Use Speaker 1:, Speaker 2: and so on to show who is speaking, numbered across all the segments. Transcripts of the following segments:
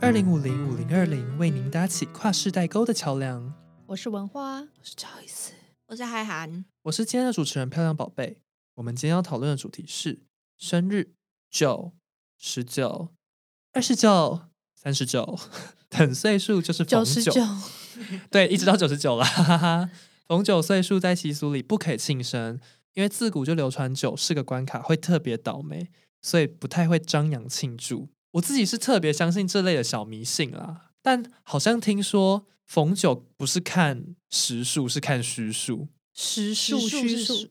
Speaker 1: 二零五零五零二零为您搭起跨世代沟的桥梁。
Speaker 2: 我是文花，
Speaker 3: 我是赵一思，
Speaker 4: 我是海涵，
Speaker 1: 我是今天的主持人漂亮宝贝。我们今天要讨论的主题是生日九、十九、二十九、三十九 等岁数就是逢
Speaker 3: 九十九
Speaker 1: 九，，对，一直到九十九了，哈哈哈。逢九岁数在习俗里不可以庆生，因为自古就流传九是个关卡，会特别倒霉，所以不太会张扬庆祝。我自己是特别相信这类的小迷信啦，但好像听说逢九不是看实数，是看虚数，
Speaker 3: 实数
Speaker 2: 实数
Speaker 3: 虚
Speaker 2: 是
Speaker 3: 数
Speaker 2: 实，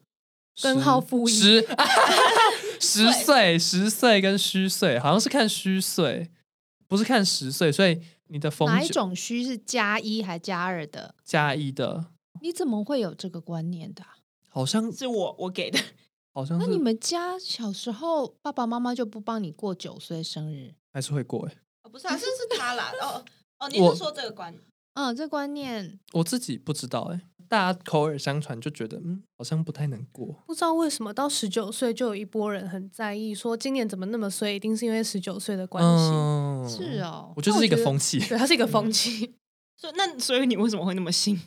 Speaker 3: 根
Speaker 1: 十
Speaker 3: 号复一
Speaker 1: 十十岁、十岁跟虚岁，好像是看虚岁，不是看十岁，所以你的逢
Speaker 2: 哪一
Speaker 1: 九
Speaker 2: 种虚是加一还加二的？
Speaker 1: 加一的，
Speaker 2: 你怎么会有这个观念的啊、
Speaker 1: 好像
Speaker 4: 是我我给的，
Speaker 1: 好像
Speaker 2: 那
Speaker 1: 是
Speaker 2: 你们家小时候爸爸妈妈就不帮你过九岁生日？
Speaker 1: 还是会过哎、
Speaker 4: 哦不是啊，这是他 啦，哦哦，你
Speaker 1: 我
Speaker 4: 是说这个关？
Speaker 2: 嗯，这观念
Speaker 1: 我自己不知道哎、大家口耳相传就觉得，嗯，好像不太能过。
Speaker 3: 不知道为什么到十九岁就有一波人很在意，说今年怎么那么衰，一定是因为十九岁的关系。
Speaker 1: 嗯
Speaker 2: 是，哦
Speaker 1: 我，觉得
Speaker 3: 但
Speaker 1: 是
Speaker 3: 我
Speaker 1: 一个
Speaker 3: 觉得
Speaker 1: 风气，
Speaker 3: 对，它是一个风气。
Speaker 4: 嗯所以那所以你为什么会那么信？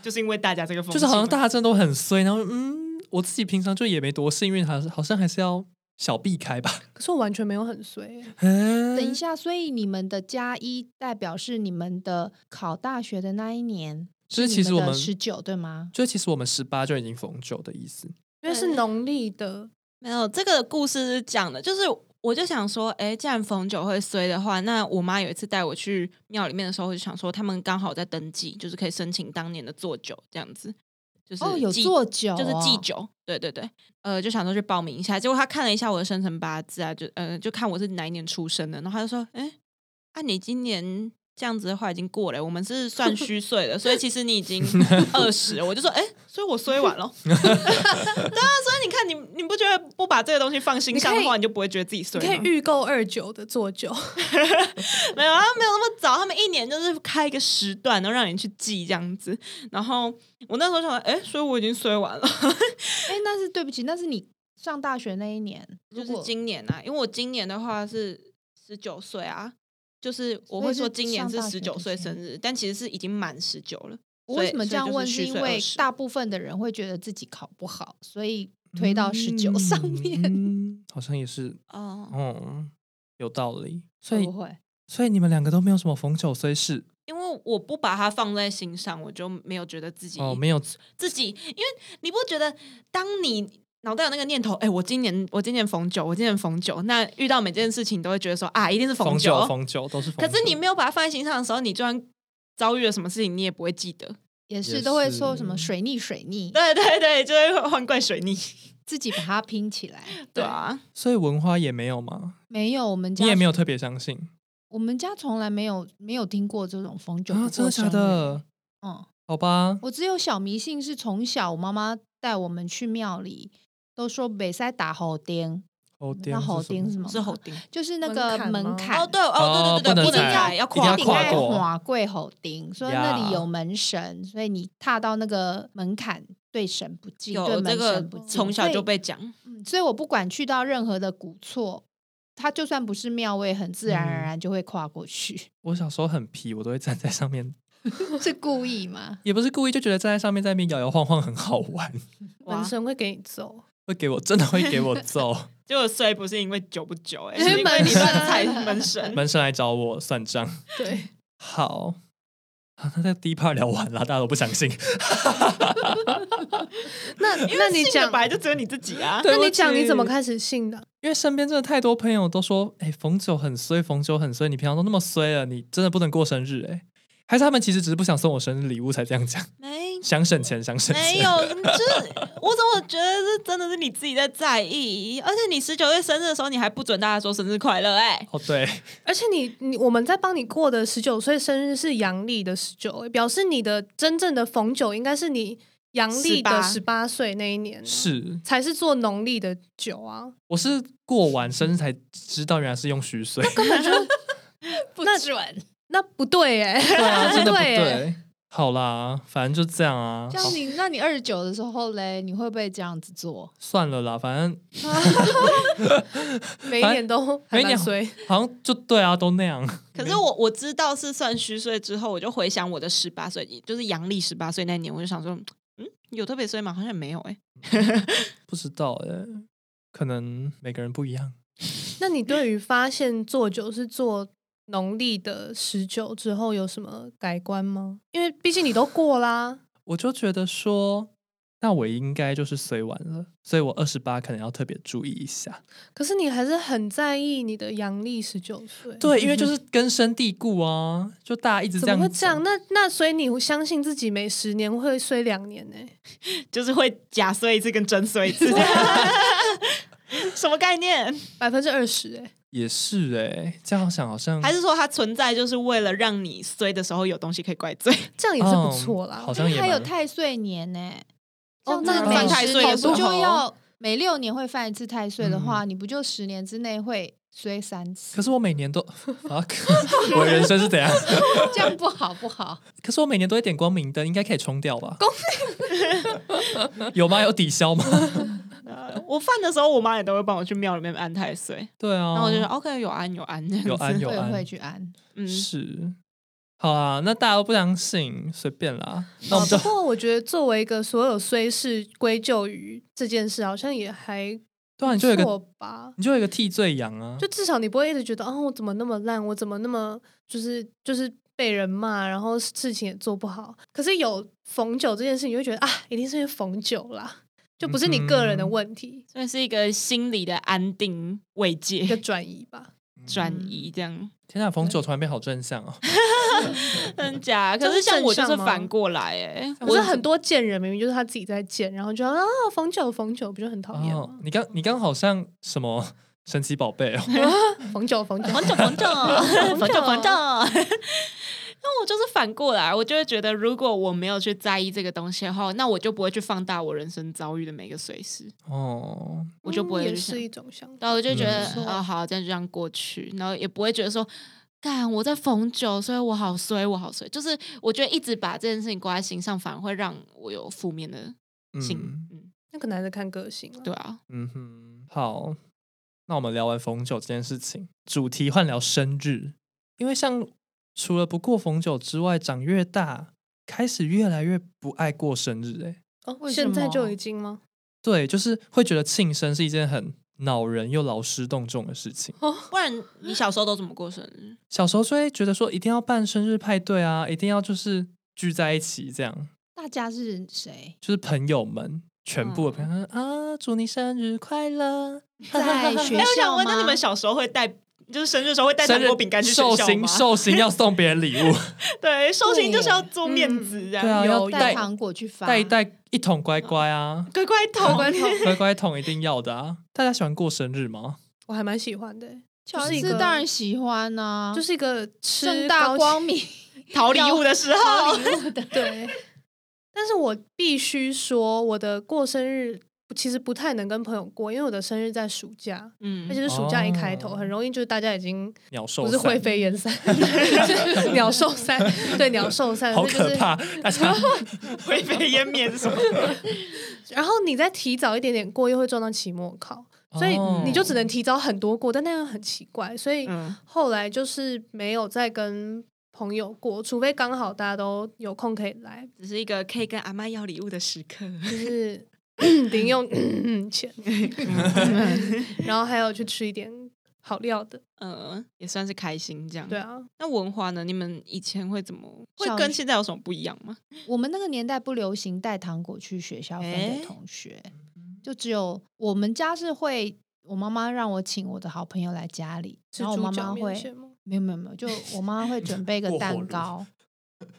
Speaker 4: 就是因为大家这个风
Speaker 1: 就
Speaker 4: 气
Speaker 1: 是
Speaker 4: 吗，
Speaker 1: 好像大家真的都很衰，然后嗯，我自己平常就也没多幸运，好像好像还是要小避开吧。
Speaker 3: 可是我完全没有很衰，
Speaker 1: 等
Speaker 2: 等一，下，所以你们的加一代表是你们的考大学的那一年，
Speaker 1: 所以其实我们
Speaker 2: 十九对吗？
Speaker 1: 就其实我们十八就已经逢九的意思，
Speaker 3: 因为是农历的，
Speaker 4: 没有这个故事是这样的，就是我就想说，哎，既然逢九会衰的话，那我妈有一次带我去庙里面的时候，我就想说，他们刚好在登记，就是可以申请当年的做酒这样子，就是
Speaker 2: 哦，有
Speaker 4: 祭
Speaker 2: 做酒、
Speaker 4: 就是
Speaker 3: 哦
Speaker 4: 祭。酒，对对对，呃，就想说去报名一下，结果他看了一下我的生辰八字啊，就呃就看我是哪一年出生的，然后他就说，哎，啊你今年这样子的话已经过了，我们是算虚岁的，所以其实你 已经二十，我就说，哎，所以我衰完了， 对啊，所以你看你你不觉得不把这个东西放心上的
Speaker 3: 你可
Speaker 4: 话，
Speaker 3: 以
Speaker 4: 你就不会觉得自己
Speaker 3: 你
Speaker 4: 衰
Speaker 3: 可以
Speaker 4: 吗？
Speaker 3: 预购二九的做 酒，
Speaker 4: 没有，他啊们没有那么早，他们一年就是开一个时段，然后让你去记这样子，然后我那时候想说，哎，所以我已经衰完了。
Speaker 2: 哎、那是对不起，那是你上大学那一年，
Speaker 4: 就
Speaker 2: 如
Speaker 4: 是
Speaker 2: 果
Speaker 4: 今年啊，因为我今年的话是十九岁啊，就是我
Speaker 2: 所以
Speaker 4: 会
Speaker 2: 是
Speaker 4: 说今年
Speaker 2: 上
Speaker 4: 是
Speaker 2: 大学
Speaker 4: 十九
Speaker 2: 之
Speaker 4: 岁
Speaker 2: 前
Speaker 4: 生日，但其实是已经满十九了。
Speaker 2: 我
Speaker 4: 所以
Speaker 2: 为什么这样
Speaker 4: 所
Speaker 2: 问？
Speaker 4: 以就是
Speaker 2: 是
Speaker 4: 虚
Speaker 2: 因
Speaker 4: 岁
Speaker 2: 为
Speaker 4: 20
Speaker 2: 大部分的人会觉得自己考不好，所以推到十九上面。
Speaker 1: 嗯好像也是，
Speaker 4: 哦、
Speaker 1: 嗯，有道理。所
Speaker 2: 会
Speaker 1: 以
Speaker 2: 不，会？
Speaker 1: 所以你们两个都没有什么逢九虽事
Speaker 4: 因为我不把它放在心上，我就没有觉得自己、
Speaker 1: 哦，没有
Speaker 4: 自己，因为你不觉得当你。脑袋有那个念头，哎、我今年我今年逢九，我今年逢九，那遇到每件事情都会觉得说啊，一定是
Speaker 1: 逢
Speaker 4: 九。
Speaker 1: 逢九都是逢
Speaker 4: 可
Speaker 1: 九。
Speaker 4: 是你没有把它放在心上的时候，你就算遭遇了什么事情，你也不会记得。
Speaker 2: 也是
Speaker 1: 也
Speaker 2: 都会说什么
Speaker 1: 是
Speaker 2: 水逆水逆，
Speaker 4: 对对对，就会换怪水逆。
Speaker 2: 自己把它拼起来。
Speaker 4: 对啊，
Speaker 1: 所以文花也没有吗？
Speaker 2: 没有，我们家
Speaker 1: 你也没有特别相信
Speaker 2: 我们家从来没有没有听过这种逢九
Speaker 1: 啊？
Speaker 2: 不
Speaker 1: 真
Speaker 2: 过
Speaker 1: 的假
Speaker 2: 生日。
Speaker 1: 的？
Speaker 2: 嗯，
Speaker 1: 好吧，
Speaker 2: 我只有小迷信是从小我妈妈带我们去庙里，都说北塞打猴钉，
Speaker 1: 猴
Speaker 2: 那猴钉是什么？
Speaker 4: 是猴，丁。
Speaker 2: 就是那个
Speaker 3: 门槛吗
Speaker 2: 门槛。
Speaker 4: 哦，对哦，对对对对，
Speaker 1: 不
Speaker 4: 不
Speaker 1: 能
Speaker 4: 能
Speaker 1: 踩
Speaker 4: 踩，要
Speaker 1: 一定
Speaker 4: 跨
Speaker 1: 要
Speaker 2: 顶
Speaker 1: 跨
Speaker 2: 爱
Speaker 1: 过
Speaker 2: 华贵吼顶，所以那里有门神，所以你踏到那个门槛，对神不敬，对
Speaker 4: 有这
Speaker 2: 门
Speaker 4: 个
Speaker 2: 神不敬。
Speaker 4: 从小
Speaker 2: 所以
Speaker 4: 就被讲，
Speaker 2: 嗯所以我不管去到任何的古厝，它就算不是庙，我也很自然而
Speaker 1: 嗯
Speaker 2: 然就会跨过 去。
Speaker 1: 我小时候很皮，我都会站在上面，
Speaker 2: 是故意 吗？
Speaker 1: 也不是故意，就觉得站在上面在那边摇摇晃晃很好玩，
Speaker 4: 哇
Speaker 3: 门神会给你揍。
Speaker 1: 会给我真的会给我 揍，
Speaker 4: 结果衰不是因为久不久，哎，
Speaker 3: 因
Speaker 4: 是
Speaker 3: 为
Speaker 4: 因为你
Speaker 3: 门神
Speaker 4: 乱踩门神。
Speaker 1: 门神来找我算账。
Speaker 3: 对，
Speaker 1: 好，好，那在第一 part 聊完了，大家都不相信。
Speaker 3: 那
Speaker 4: 因
Speaker 3: 那
Speaker 4: 为
Speaker 3: 你
Speaker 4: 信的
Speaker 3: 讲
Speaker 4: 本，来就只有你自己啊，
Speaker 3: 那
Speaker 1: 对不
Speaker 3: 你讲你怎么
Speaker 1: 起
Speaker 3: 开始信的？
Speaker 1: 因为身边真的太多朋友都说，哎、逢九很衰，逢九很衰，你平常都那么衰了，你真的不能过生日哎、还是他们其实只是不想送我生日礼物才这样讲，
Speaker 4: 没
Speaker 1: 想省钱，想省钱。
Speaker 4: 没 有，就是我怎么觉得这真的是你自己在在意，而且你十九岁生日的时候，你还不准大家说生日快乐，哎，
Speaker 1: 哦，对，
Speaker 3: 而且你你我们在帮你过的十九岁生日是阳历的十九，欸表示你的真正的逢九应该是你阳历的
Speaker 4: 18
Speaker 3: 十八岁那一年，啊
Speaker 1: 是，
Speaker 3: 才是做农历的九啊。
Speaker 1: 我是过完生日才知道原来是用虚岁，
Speaker 2: 不准，
Speaker 3: 那不对哎、
Speaker 1: 对啊，真的不
Speaker 3: 对
Speaker 1: 对。好啦，反正就这样啊。
Speaker 2: 像
Speaker 1: 好
Speaker 2: 你，那你二十九的时候嘞，你会不会这样子做？
Speaker 1: 算了啦，反正
Speaker 3: 每一年都
Speaker 1: 每
Speaker 3: 还
Speaker 1: 一年
Speaker 3: 蛮衰，
Speaker 1: 好像就对啊，都那样。
Speaker 4: 可是我我知道是算虚岁之后，我就回想我的十八岁，就是阳历十八岁那年，我就想说，嗯，有特别衰吗？好像也没有哎、
Speaker 1: 不知道哎、可能每个人不一样。
Speaker 3: 那你对于发现做酒是做农历的十九之后有什么改观吗？因为毕竟你都 过啦，
Speaker 1: 我就觉得说，那我应该就是随完了，所以我二十八可能要特别注意一下。
Speaker 3: 可是你还是很在意你的阳历十九岁。
Speaker 1: 对，因为就是根深蒂固啊，就大家一直这
Speaker 3: 怎
Speaker 1: 样
Speaker 3: 么会这样？
Speaker 1: 讲。
Speaker 3: 那那所以你相信自己每十年会衰两年欸呢、
Speaker 4: 就是会假衰一次跟真衰一次，什么概念？
Speaker 3: 百分之二十哎，
Speaker 1: 也是哎、这样想好像
Speaker 4: 还是说它存在就是为了让你衰的时候有东西可以怪罪？
Speaker 3: 这样也是不错啦。
Speaker 1: 嗯好像也
Speaker 2: 还有
Speaker 1: 蛮
Speaker 2: 太岁年呢、
Speaker 3: 哦
Speaker 2: 像
Speaker 3: 那
Speaker 2: 这个
Speaker 3: 没
Speaker 2: 每
Speaker 3: 有
Speaker 4: 太
Speaker 2: 十
Speaker 4: 岁
Speaker 2: 年
Speaker 4: 的时候
Speaker 2: 不就要每六年会犯一次太岁的话，
Speaker 1: 嗯
Speaker 2: 你不就十年之内会衰三次
Speaker 1: 可？是我每年都 fuck，我的 人生是怎样？
Speaker 2: 这样不好不好。
Speaker 1: 可是我每年都会点光明灯，应该可以冲掉吧？有吗？有抵消 吗？
Speaker 4: 呃 我犯的时候，我妈也都会帮我去庙里面安太岁，
Speaker 1: 对啊，
Speaker 4: 然后我就说、OK 有哦安有安这样子，
Speaker 1: 有安有
Speaker 2: 会
Speaker 1: 安
Speaker 2: 会去安，
Speaker 4: 嗯，
Speaker 1: 是。好啊，那大家都不相信，随便啦。
Speaker 4: 哦
Speaker 1: 那我
Speaker 3: 啊
Speaker 1: 们就
Speaker 3: 不过我觉得作为一个所有衰事归咎于这件事，好像也还
Speaker 1: 对啊，
Speaker 3: 不
Speaker 1: 你就有一
Speaker 3: 错
Speaker 1: 个，
Speaker 3: 吧。
Speaker 1: 你就有一个替罪羊啊，
Speaker 3: 就至少你不会一直觉得啊、我怎么那么烂，我怎么那么就是就是被人骂，然后事情也做不好。可是有逢九这件事，你会觉得啊，一定是因为逢九啦，就不是你个人的
Speaker 1: 嗯哼
Speaker 3: 问题，
Speaker 4: 所以是一个心理的安定慰
Speaker 3: 一个
Speaker 4: 藉、
Speaker 3: 转移吧。
Speaker 4: 转移这样。
Speaker 1: 天哪，冯九突然变好正向哦。
Speaker 4: 真假？
Speaker 3: 这
Speaker 4: 可
Speaker 3: 是
Speaker 4: 是像我就是
Speaker 3: 正向吗
Speaker 4: 反过来哎、
Speaker 3: 可是很多贱人明明就是他自己在贱，然后就啊逢九逢九，不就很讨厌
Speaker 1: 哦
Speaker 3: 吗，？
Speaker 1: 你刚你刚好像什么神奇宝贝哦，
Speaker 3: 逢九呃逢九，
Speaker 4: 防正 防正防正防正。 那我就是反过来，我就会觉得，如果我没有去在意这个东西的话，那我就不会去放大我人生遭遇的每个碎事，
Speaker 1: 哦，
Speaker 4: 我就
Speaker 3: 嗯
Speaker 4: 不会
Speaker 3: 也
Speaker 4: 去想
Speaker 3: 是一种想法。
Speaker 4: 然后我就觉得
Speaker 1: 嗯
Speaker 3: 没错
Speaker 4: 啊、好，这样就这样过去，然后也不会觉得说，干我在逢九，所以我好衰，我好衰。就是我觉得一直把这件事情挂在心上，反而会让我有负面的心。
Speaker 1: 嗯
Speaker 4: 嗯，
Speaker 3: 那可能还是看个性了。
Speaker 4: 对啊，
Speaker 1: 嗯哼，好，那我们聊完逢九这件事情，主题换聊生日，因为像除了不过逢九之外，长越大开始越来越不爱过生日、欸，
Speaker 3: 哦，
Speaker 2: 为
Speaker 3: 现在
Speaker 2: 什么
Speaker 3: 就已经 吗？
Speaker 1: 对，就是会觉得庆生是一件很恼人又劳师动众的事情。
Speaker 4: 不然你小时候都怎么过生日？
Speaker 1: 小时候就会觉得说一定要办生日派对啊，一定要就是聚在一起这样，
Speaker 2: 大家是谁？
Speaker 1: 就是朋友们全部的朋
Speaker 4: 嗯
Speaker 1: 友、啊，祝你生日快乐，
Speaker 2: 在学
Speaker 4: 哎，我想
Speaker 2: 校吗？
Speaker 4: 问，那你们小时候会带，就是生日的时候会带
Speaker 1: 生
Speaker 4: 糖
Speaker 1: 日
Speaker 4: 果饼干去学
Speaker 1: 寿
Speaker 4: 校
Speaker 1: 星
Speaker 4: 吗？
Speaker 1: 寿星要送别人礼 物，
Speaker 4: 对，寿星就是要做
Speaker 3: 嗯
Speaker 4: 面子这
Speaker 1: 对
Speaker 4: 样，
Speaker 1: 啊，
Speaker 3: 有
Speaker 1: 要
Speaker 2: 带
Speaker 1: 带
Speaker 2: 糖果去发，
Speaker 1: 带一带一桶乖乖啊，
Speaker 4: 乖乖
Speaker 3: 乖
Speaker 4: 桶。
Speaker 3: 乖桶，
Speaker 1: 乖乖桶一定要的啊！大家喜欢过生日吗？
Speaker 3: 我还蛮喜欢的欸，
Speaker 2: 乔
Speaker 3: 就是一
Speaker 2: 治
Speaker 3: 个
Speaker 2: 当然喜欢呐、
Speaker 3: 就是一个吃
Speaker 2: 正啊大
Speaker 3: 高
Speaker 2: 光明
Speaker 4: 淘礼物的时候，
Speaker 2: 好礼物的。
Speaker 3: 对，但是我必须说，我的过生日其实不太能跟朋友过，因为我的生日在暑假，
Speaker 4: 嗯
Speaker 3: 而且是暑假一开头，
Speaker 1: 哦
Speaker 3: 很容易就是大家已经
Speaker 1: 鸟兽
Speaker 3: 不是
Speaker 1: 散
Speaker 3: 灰飞 烟散，是鸟兽散，对，鸟兽散，
Speaker 1: 好
Speaker 3: 所以就
Speaker 1: 可
Speaker 3: 是
Speaker 1: 怕！ 大家
Speaker 4: 灰飞烟灭是什么？
Speaker 3: 然后你再提早一点点过，又会撞到期末考，所以
Speaker 1: 哦
Speaker 3: 你就只能提早很多过，但那样很奇怪，所以
Speaker 4: 嗯
Speaker 3: 后来就是没有再跟朋友过，除非刚好大家都有空可以来，
Speaker 4: 只是一个可以跟阿妈要礼物的时刻。
Speaker 3: 就是 零用钱，然后还有去吃一点好料的，
Speaker 4: 嗯，也算是开心这样。
Speaker 3: 对，啊，
Speaker 4: 那文华呢？你们以前会怎么？会
Speaker 2: 小
Speaker 4: 跟
Speaker 2: 时
Speaker 4: 现在有什么不一样吗？
Speaker 2: 我们那个年代不流行带糖果去学校分
Speaker 4: 诶
Speaker 2: 给同学，就只有我们家是会，我妈妈让我请我的好朋友来家里，
Speaker 3: 吃
Speaker 2: 然后我
Speaker 3: 猪
Speaker 2: 妈
Speaker 3: 脚
Speaker 2: 妈
Speaker 3: 面
Speaker 2: 会
Speaker 3: 线吗？
Speaker 2: 没有没有没有，就我妈妈会准备一个
Speaker 1: 过火
Speaker 2: 蛋
Speaker 1: 炉
Speaker 2: 糕，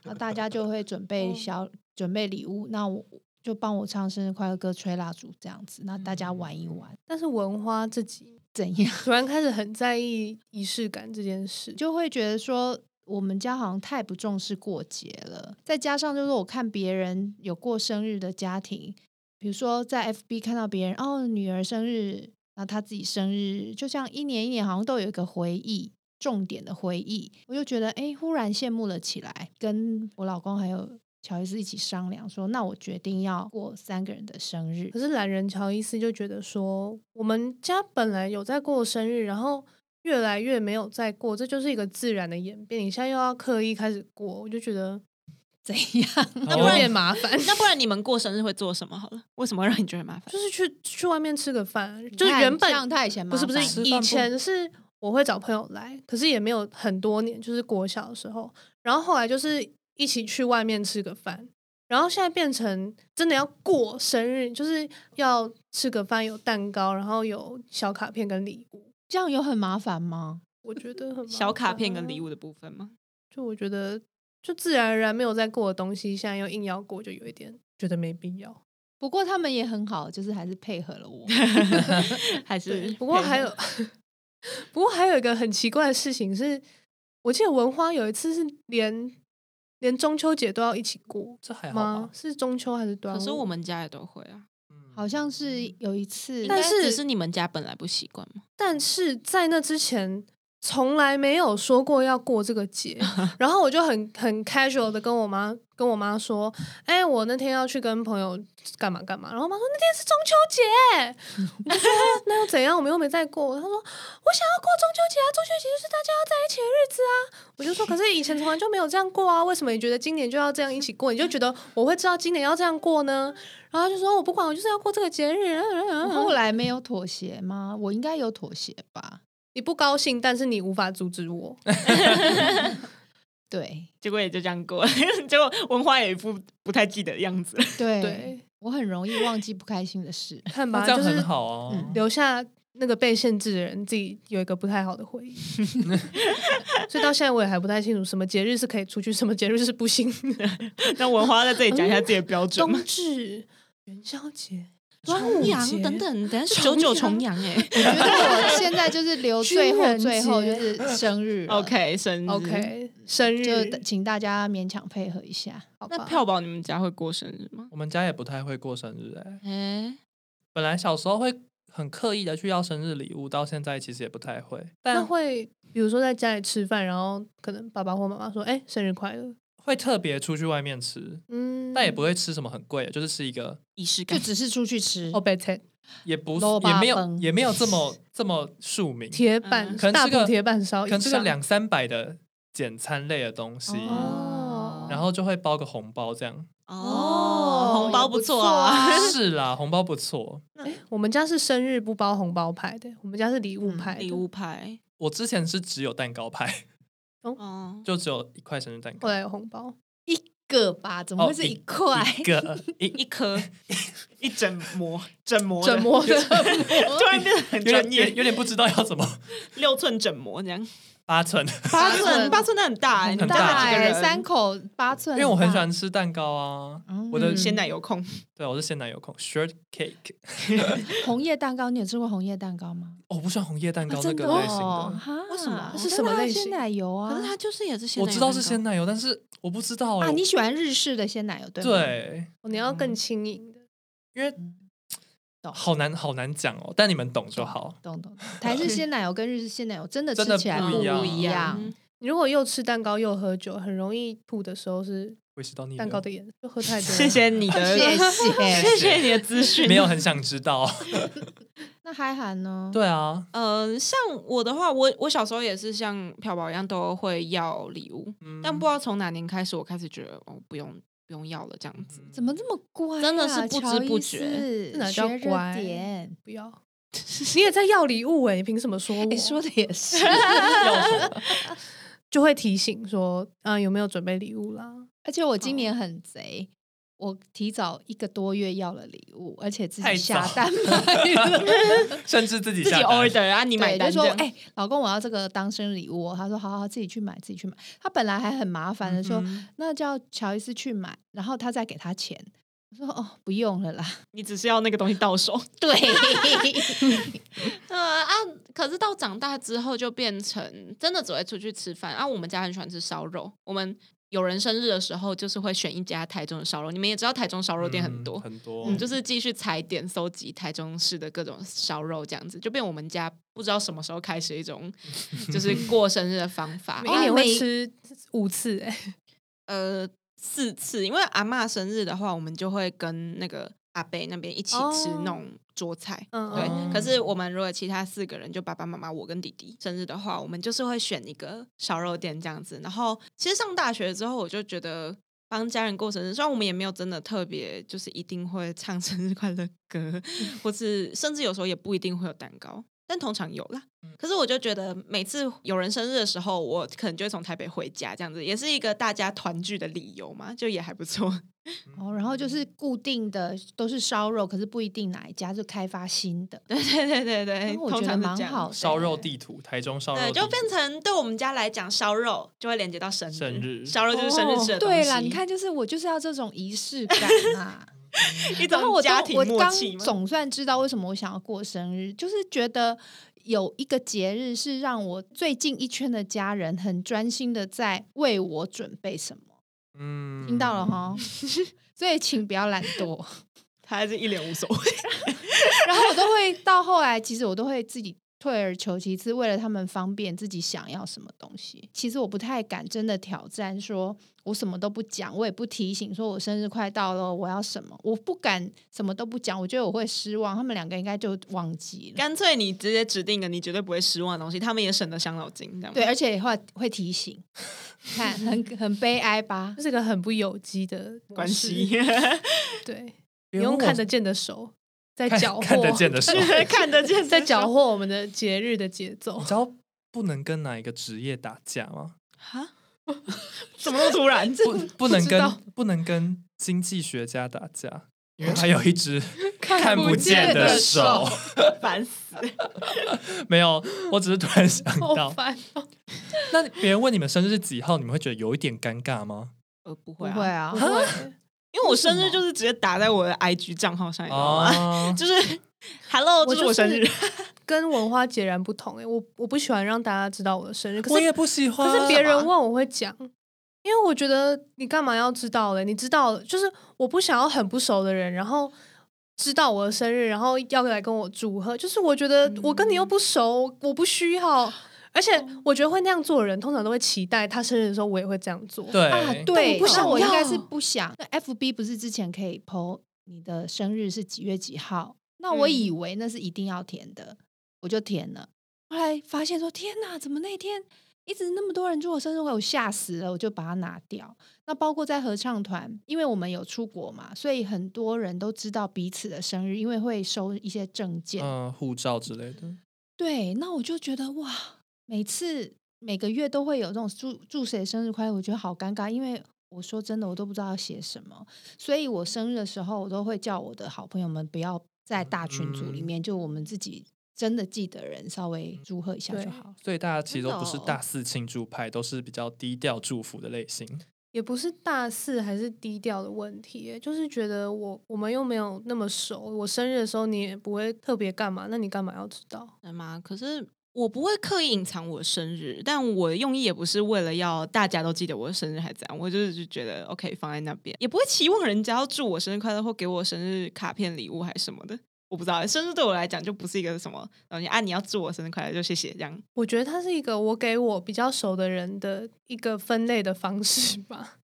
Speaker 2: 那大家就会准备
Speaker 3: 哦
Speaker 2: 小准备礼物，那我就帮我唱生日快乐歌、吹蜡烛这样子，那大家玩一玩，
Speaker 3: 但是文花自己
Speaker 2: 怎样
Speaker 3: 突然开始很在意仪式感这件事，就
Speaker 2: 就会觉得说。我们家好像太不重视过节了，再加上就是我看别人有过生日的家庭，比如说在 FB 看到别人哦女儿生日，然后她自己生日，就像一年一年好像都有一个回忆，重点的回忆，我就觉得哎，诶忽然羡慕了起来。跟我老公还有乔伊斯一起商量说，那我决定要过三个人的生日
Speaker 3: 可。是懒人乔伊斯就觉得说，我们家本来有在过生日，然后越来越没有在过，这就是一个自然的演变。你现在又要刻意开始过，我就觉得
Speaker 2: 怎样？
Speaker 4: 那
Speaker 1: 哦
Speaker 4: 不
Speaker 3: 有
Speaker 4: 然
Speaker 3: 点麻烦。
Speaker 4: 那不然你们过生日会做什么好了？为什么会让你觉得麻烦？
Speaker 3: 就是去去外面吃个饭，就
Speaker 2: 你
Speaker 3: 是
Speaker 2: 看
Speaker 3: 原
Speaker 2: 这样
Speaker 3: 本
Speaker 2: 他以前
Speaker 3: 不是不是
Speaker 2: 麻烦
Speaker 3: 以前是我会找朋友来，可是也没有很多年，就是国小的时候，然后后来就是一起去外面吃个饭。然后现在变成真的要过生日，就是要吃个饭，有蛋糕，然后有小卡片跟礼物。
Speaker 2: 这样有很麻烦吗？
Speaker 3: 我觉得很
Speaker 4: 小卡片跟礼
Speaker 3: 物，
Speaker 4: 物的部分吗？
Speaker 3: 就我觉得就自然而然没有在过的东西，现在又硬要过，就有一点觉得没必要。
Speaker 2: 不过他们也很好，就是还是配合了我。
Speaker 4: 还
Speaker 3: 对
Speaker 4: 是，
Speaker 3: 不过还有，不过还有一个很奇怪的事情是，我记得文花有一次是连连中秋节都要一起过
Speaker 1: 这还好
Speaker 3: 吗
Speaker 1: 吧？？
Speaker 3: 是中秋还是端午？
Speaker 4: 可啊是我们家也都会啊，
Speaker 1: 嗯
Speaker 2: 好像是有一次，
Speaker 4: 应该
Speaker 3: 但是
Speaker 4: 只是你们家本来不习惯嘛。
Speaker 3: 但是在那之前从来没有说过要过这个节，然后我就很很 casual 的跟我妈跟我妈说，哎、我那天要去跟朋友干嘛干嘛，然后我妈说那天是中秋节，我就说那又怎样，我们又没在过，她说我想要过中秋节啊，中秋节就是大家要在一起的日子啊，我就说可是以前从来就没有这样过啊，为什么你觉得今年就要这样一起过，你就觉得我会知道今年要这样过呢？然后她就说我不管，我就是要过这个节日，
Speaker 2: 我
Speaker 3: 后
Speaker 2: 后来没有妥协吗？我应该有妥协吧？
Speaker 3: 你不高兴，但是你无法阻止我。
Speaker 1: 哎
Speaker 2: 对
Speaker 4: 结果也就这样过了， 结果文化也一副不太记得的样子。
Speaker 2: 对
Speaker 3: 对，。
Speaker 2: 我很容易忘记不开心的事
Speaker 3: 看吧，
Speaker 1: 那这样
Speaker 3: 就是
Speaker 1: 很好哦。
Speaker 2: 嗯
Speaker 3: 留下那个被限制的人自己有一个不太好的 回忆。所以到现在我也还不太清楚什么节日是可以出去，什么节日是不行 的。
Speaker 4: 那文化在这里讲一下自己的标准嘛
Speaker 3: 冬，至、元宵节、端午
Speaker 4: 重
Speaker 3: 节
Speaker 4: 阳等，等，等下是
Speaker 3: 重
Speaker 4: 九
Speaker 3: 阳
Speaker 4: 九重阳哎、
Speaker 2: 我觉得我现在就是留最
Speaker 3: 军
Speaker 2: 后
Speaker 3: 人
Speaker 2: 最后就
Speaker 3: 节
Speaker 2: 是生 日了
Speaker 4: OK，生日
Speaker 1: 嗯
Speaker 3: OK，生日
Speaker 2: 就请大家勉强配合一下。
Speaker 3: 好吧
Speaker 4: 那票宝，你们家会过生日吗？
Speaker 1: 我们家也不太会过生日哎、
Speaker 4: 哎、
Speaker 2: 嗯
Speaker 1: 本来小时候会很刻意的去要生日礼物，到现在其实也不太会，
Speaker 3: 那
Speaker 1: 但
Speaker 3: 会比如说在家里吃饭，然后可能爸爸或妈妈说：“哎、生日快乐。
Speaker 1: 会特别出去外面吃”，
Speaker 3: 嗯，
Speaker 1: 但也不会吃什么很贵的，就是吃一个
Speaker 4: 仪式
Speaker 2: 就
Speaker 4: 感。
Speaker 2: 只是出去吃
Speaker 3: 哦，，被菜
Speaker 1: 也不
Speaker 2: 萝卜
Speaker 1: 也没有
Speaker 2: 崩
Speaker 1: 也没有这么这么庶民，
Speaker 3: 铁板、
Speaker 4: 嗯
Speaker 1: 可能
Speaker 3: 大
Speaker 1: 这个
Speaker 3: 补铁板烧
Speaker 1: 可
Speaker 3: 以
Speaker 1: 能
Speaker 3: 上，
Speaker 1: 这个两三百的简餐类的东西，
Speaker 4: 嗯
Speaker 3: 哦
Speaker 1: 然后就会包个红包这样。
Speaker 4: 哦，红包不错啊。
Speaker 3: 也不错啊
Speaker 1: 是啦，红包不错。
Speaker 3: 我们家是生日不包红包派的，我们家是礼物派的。
Speaker 4: 嗯礼物牌
Speaker 1: 我之前是只有蛋糕派，
Speaker 4: 哦，
Speaker 1: 就只有一块生日蛋
Speaker 3: 后
Speaker 1: 糕，
Speaker 3: 来有红包，
Speaker 2: 一个吧，怎么
Speaker 1: 哦
Speaker 2: 会是
Speaker 1: 一
Speaker 2: 一块？
Speaker 1: 一个一
Speaker 4: 一颗 一整模整模
Speaker 3: 整模的
Speaker 4: 突然变得很
Speaker 1: 有点有点有点不知道要怎么
Speaker 4: 六寸整模这样，
Speaker 1: 八寸，
Speaker 4: 八
Speaker 3: 寸
Speaker 4: 寸八寸那很大哎，你
Speaker 1: 很
Speaker 4: 们
Speaker 1: 大
Speaker 4: 家
Speaker 2: 大
Speaker 4: 几个
Speaker 2: 欸
Speaker 4: 人？
Speaker 2: 三口八寸
Speaker 1: 因
Speaker 2: 大，
Speaker 1: 为我很喜欢吃蛋糕啊。
Speaker 2: 嗯
Speaker 1: 我的
Speaker 4: 鲜奶油控，
Speaker 1: 对，我是鲜奶油控，short cake。
Speaker 2: 红叶蛋糕。你有吃过红叶蛋糕吗？
Speaker 1: 哦我不喜欢红叶蛋糕
Speaker 4: 啊
Speaker 1: 那
Speaker 4: 真
Speaker 1: 个
Speaker 4: 的
Speaker 1: 类型
Speaker 2: 哦
Speaker 1: 的，
Speaker 2: 哈
Speaker 4: 为什么
Speaker 2: 我
Speaker 3: 是
Speaker 2: 觉
Speaker 3: 什
Speaker 2: 得
Speaker 3: 么
Speaker 2: 它
Speaker 3: 类
Speaker 2: 鲜
Speaker 3: 型
Speaker 2: 奶油啊？
Speaker 4: 可是它就是也是鲜
Speaker 1: 我
Speaker 4: 奶油
Speaker 1: 知
Speaker 4: 蛋糕。
Speaker 1: 道是鲜奶油，但是我不知
Speaker 4: 哦
Speaker 1: 道
Speaker 2: 啊，
Speaker 1: 欸
Speaker 2: 你喜欢日式的鲜奶油对吗？嗯
Speaker 1: 对，
Speaker 3: 哦你要更轻盈的。
Speaker 1: 因为
Speaker 2: 懂
Speaker 1: 好难好难讲哦，但你们懂就好。
Speaker 2: 懂懂。懂台式鲜奶油跟日式鲜奶油真的
Speaker 1: 真的
Speaker 2: 吃起来
Speaker 1: 不
Speaker 4: 不
Speaker 1: 一样
Speaker 2: 一
Speaker 4: 嗯
Speaker 2: 样。，
Speaker 3: 你如果又吃蛋糕又喝酒，很容易吐的时候是
Speaker 1: 胃食道逆
Speaker 3: 蛋糕
Speaker 1: 流，
Speaker 3: 的颜色，就喝太多了。
Speaker 4: 谢谢你的，
Speaker 2: 谢 谢。
Speaker 4: 谢谢你的资讯。
Speaker 1: 没有很想知 道。
Speaker 2: 那海涵呢？
Speaker 1: 对啊，
Speaker 4: 嗯，像我的话，我我小时候也是像票宝一样都会要礼物，
Speaker 1: 嗯
Speaker 4: 但不知道从哪年开始，我开始觉得哦，不用不用要了这样
Speaker 1: 嗯
Speaker 4: 子。
Speaker 2: 怎么这么乖啊？
Speaker 4: 真的是不知不觉
Speaker 3: 这哪叫
Speaker 2: 学着
Speaker 3: 乖
Speaker 2: 点？
Speaker 3: 不要，你也在要礼物哎、你凭什么说我？
Speaker 2: 你说的也是。
Speaker 3: 就会提醒说，啊、有没有准备礼物啦？
Speaker 2: 而且我今
Speaker 4: 哦
Speaker 2: 年很贼，我提早一个多月要了礼物，而且自己下单买了。
Speaker 1: 甚至自己
Speaker 4: 自己
Speaker 1: 下单
Speaker 4: order 啊， 你买
Speaker 2: 对，
Speaker 4: 单
Speaker 2: 就说
Speaker 4: 这样
Speaker 2: 哎、老公，我要这个当生日礼物哦、他说好好好，自己去买，自己去买。他本来还很麻烦的说，
Speaker 4: 嗯
Speaker 2: 那叫乔伊斯去买，然后他再给他钱。我说哦，不用了啦。
Speaker 4: 你只是要那个东西到手。
Speaker 2: 对，
Speaker 4: 呃啊，可是到长大之后就变成真的只会出去吃饭啊。我们家很喜欢吃烧肉，我们有人生日的时候，就是会选一家台中的烧肉。你们也知道台中烧肉店很多，
Speaker 1: 嗯很多，
Speaker 4: 我们就是继续踩点搜集台中市的各种烧肉，这样子就变我们家不知道什么时候开始一 种就是过生日的方
Speaker 2: 啊
Speaker 4: 法。
Speaker 3: 一年
Speaker 4: 因为
Speaker 3: 会
Speaker 4: 每
Speaker 3: 吃五次哎、
Speaker 4: 呃四次，因为阿嬷生日的话，我们就会跟那个阿伯那边一起吃
Speaker 3: 哦
Speaker 4: 那种桌菜。
Speaker 3: 嗯，
Speaker 4: 对
Speaker 1: 哦，
Speaker 4: 可是我们如果其他四个人，就爸爸妈妈、我跟弟弟生日的话，我们就是会选一个烧肉店这样子。然后其实上大学之后，我就觉得帮家人过生日，虽然我们也没有真的特别，就是一定会唱生日快乐歌，或是甚至有时候也不一定会有蛋糕。但通常有啦，可是我就觉得每次有人生日的时候，我可能就会从台北回家，这样子也是一个大家团聚的理由嘛，就也还不错。
Speaker 2: 哦，然后就是固定的都是烧肉，可是不一定哪一家就开发新的。
Speaker 4: 对对对对对，
Speaker 2: 那我
Speaker 4: 通
Speaker 2: 觉
Speaker 4: 常
Speaker 2: 得
Speaker 4: 是
Speaker 2: 蛮
Speaker 4: 这样
Speaker 2: 好的
Speaker 1: 烧肉地图，台中烧肉
Speaker 4: 对，
Speaker 1: 地图，
Speaker 4: 就变成对我们家来讲，烧肉就会连接到生日，
Speaker 1: 生日
Speaker 4: 烧肉就是生日吃的东西
Speaker 2: 哦对啦，你，看，就是我就是要这种仪式 感啊。
Speaker 4: 一
Speaker 2: 然后
Speaker 4: 种
Speaker 2: 我都
Speaker 4: 家庭
Speaker 2: 我
Speaker 4: 默
Speaker 2: 刚
Speaker 4: 契嘛。
Speaker 2: 总算知道为什么我想要过生日，就是觉得有一个节日是让我最近一圈的家人很专心的在为我准备什么，
Speaker 1: 嗯
Speaker 2: 听到了，哈。 所以请不要懒惰。
Speaker 4: 他还是一脸无所谓。
Speaker 2: 然后我都会到后来，其实我都会自己退而求其次，为了他们方便，自己想要什么东西。其实我不太敢真的挑战，说我什么都不讲，我也不提醒，说我生日快到了，我要什么，我不敢什么都不讲，我觉得我会失望，他们两个应该就忘记了。
Speaker 4: 干脆你直接指定一个你绝对不会失望的东西，他们也省得伤脑筋，这样吗
Speaker 2: 对，而且会会提醒，看很很悲哀 吧
Speaker 3: 这。是个很不有机的模
Speaker 4: 关
Speaker 3: 式
Speaker 4: 系。
Speaker 3: 对，
Speaker 1: 因
Speaker 3: 你
Speaker 1: 为
Speaker 3: 用
Speaker 1: 我
Speaker 3: 看得见的手在
Speaker 1: 看
Speaker 3: 搅和，
Speaker 1: 看得见的手
Speaker 3: 看得见 在搅和我们的节日的节奏
Speaker 1: 你。知道不能跟哪一个职业打架吗？
Speaker 4: 啊？ 怎么那么突然？
Speaker 1: 不，不能
Speaker 3: 知
Speaker 1: 跟
Speaker 3: 道
Speaker 1: 不能跟经济学家打架，因为他有一只看不
Speaker 3: 不
Speaker 1: 见
Speaker 3: 见
Speaker 1: 的
Speaker 3: 的
Speaker 1: 手。
Speaker 4: 烦死！
Speaker 1: 没有，我只是突然想
Speaker 3: 好
Speaker 1: 到，
Speaker 3: 烦哦！
Speaker 1: 那别人问你们生日是几号，你们会觉得有一点尴尬吗？
Speaker 4: 呃，不
Speaker 2: 不
Speaker 4: 会啊，
Speaker 2: 会啊，
Speaker 4: 因为我生日就是直接打在我的 IG 账号上，你知道吗？
Speaker 1: 啊，
Speaker 4: 就是 Hello，这是我生日，
Speaker 3: 跟文化截然不同哎，我我不喜欢让大家知道我的生日，可
Speaker 1: 我
Speaker 3: 是
Speaker 1: 也不喜欢。
Speaker 3: 可是别人问我会讲，因为我觉得你干嘛要知道嘞？你知道了，就是我不想要很不熟的人，然后知道我的生日，然后要来跟我祝贺，就是我觉
Speaker 4: 嗯
Speaker 3: 得我跟你又不熟，我不需要。而且
Speaker 4: 哦
Speaker 3: 我觉得会那样做的人，通常都会期待他生日的时候，我也会这样做。
Speaker 1: 对
Speaker 2: 啊，
Speaker 3: 但
Speaker 2: 对，
Speaker 3: 我不想
Speaker 2: 那我应该
Speaker 3: 要
Speaker 2: 是不想。那 FB 不是之前可以 PO 你的生日是几月几号？那
Speaker 3: 嗯
Speaker 2: 我以为那是一定要填的，我就填了。后来发现说，天哪，怎么那天一直那么多人祝我生日会，我吓死了，我就把它拿掉。那包括在合唱团，因为我们有出国嘛，所以很多人都知道彼此的生日，因为会收一些证件。
Speaker 1: 嗯护照之类的，
Speaker 2: 对，那我就觉得哇，每次每个月都会有这种祝祝谁生日快乐，我觉得好尴尬，因为我说真的，我都不知道要写什么，所以我生日的时候，我都会叫我的好朋友们不要在大群组里
Speaker 1: 嗯
Speaker 2: 面，就我们自己真的记得人稍微祝贺一下就
Speaker 3: 嗯对
Speaker 2: 好。
Speaker 1: 所以大家其实都不是
Speaker 4: 真的哦
Speaker 1: 大肆庆祝派，都是比较低调祝福的类型。
Speaker 3: 也不是大四还是低调的问题，就是觉得我我们又没有那么熟，我生日的时候你也不会特别干嘛，那你干嘛要知道？
Speaker 4: 对吗？可是我不会刻意隐藏我的生日，但我的用意也不是为了要大家都记得我的生日，还怎样？我就是就觉得 OK 放在那边，也不会期望人家要祝我生日快乐或给我生日卡片礼物还是什么的。我不知道，生日对我来讲就不是一个什么东西啊！你要祝我生日快乐就谢谢这样。
Speaker 3: 我觉得它是一个我给我比较熟的人的一个分类的方式吧，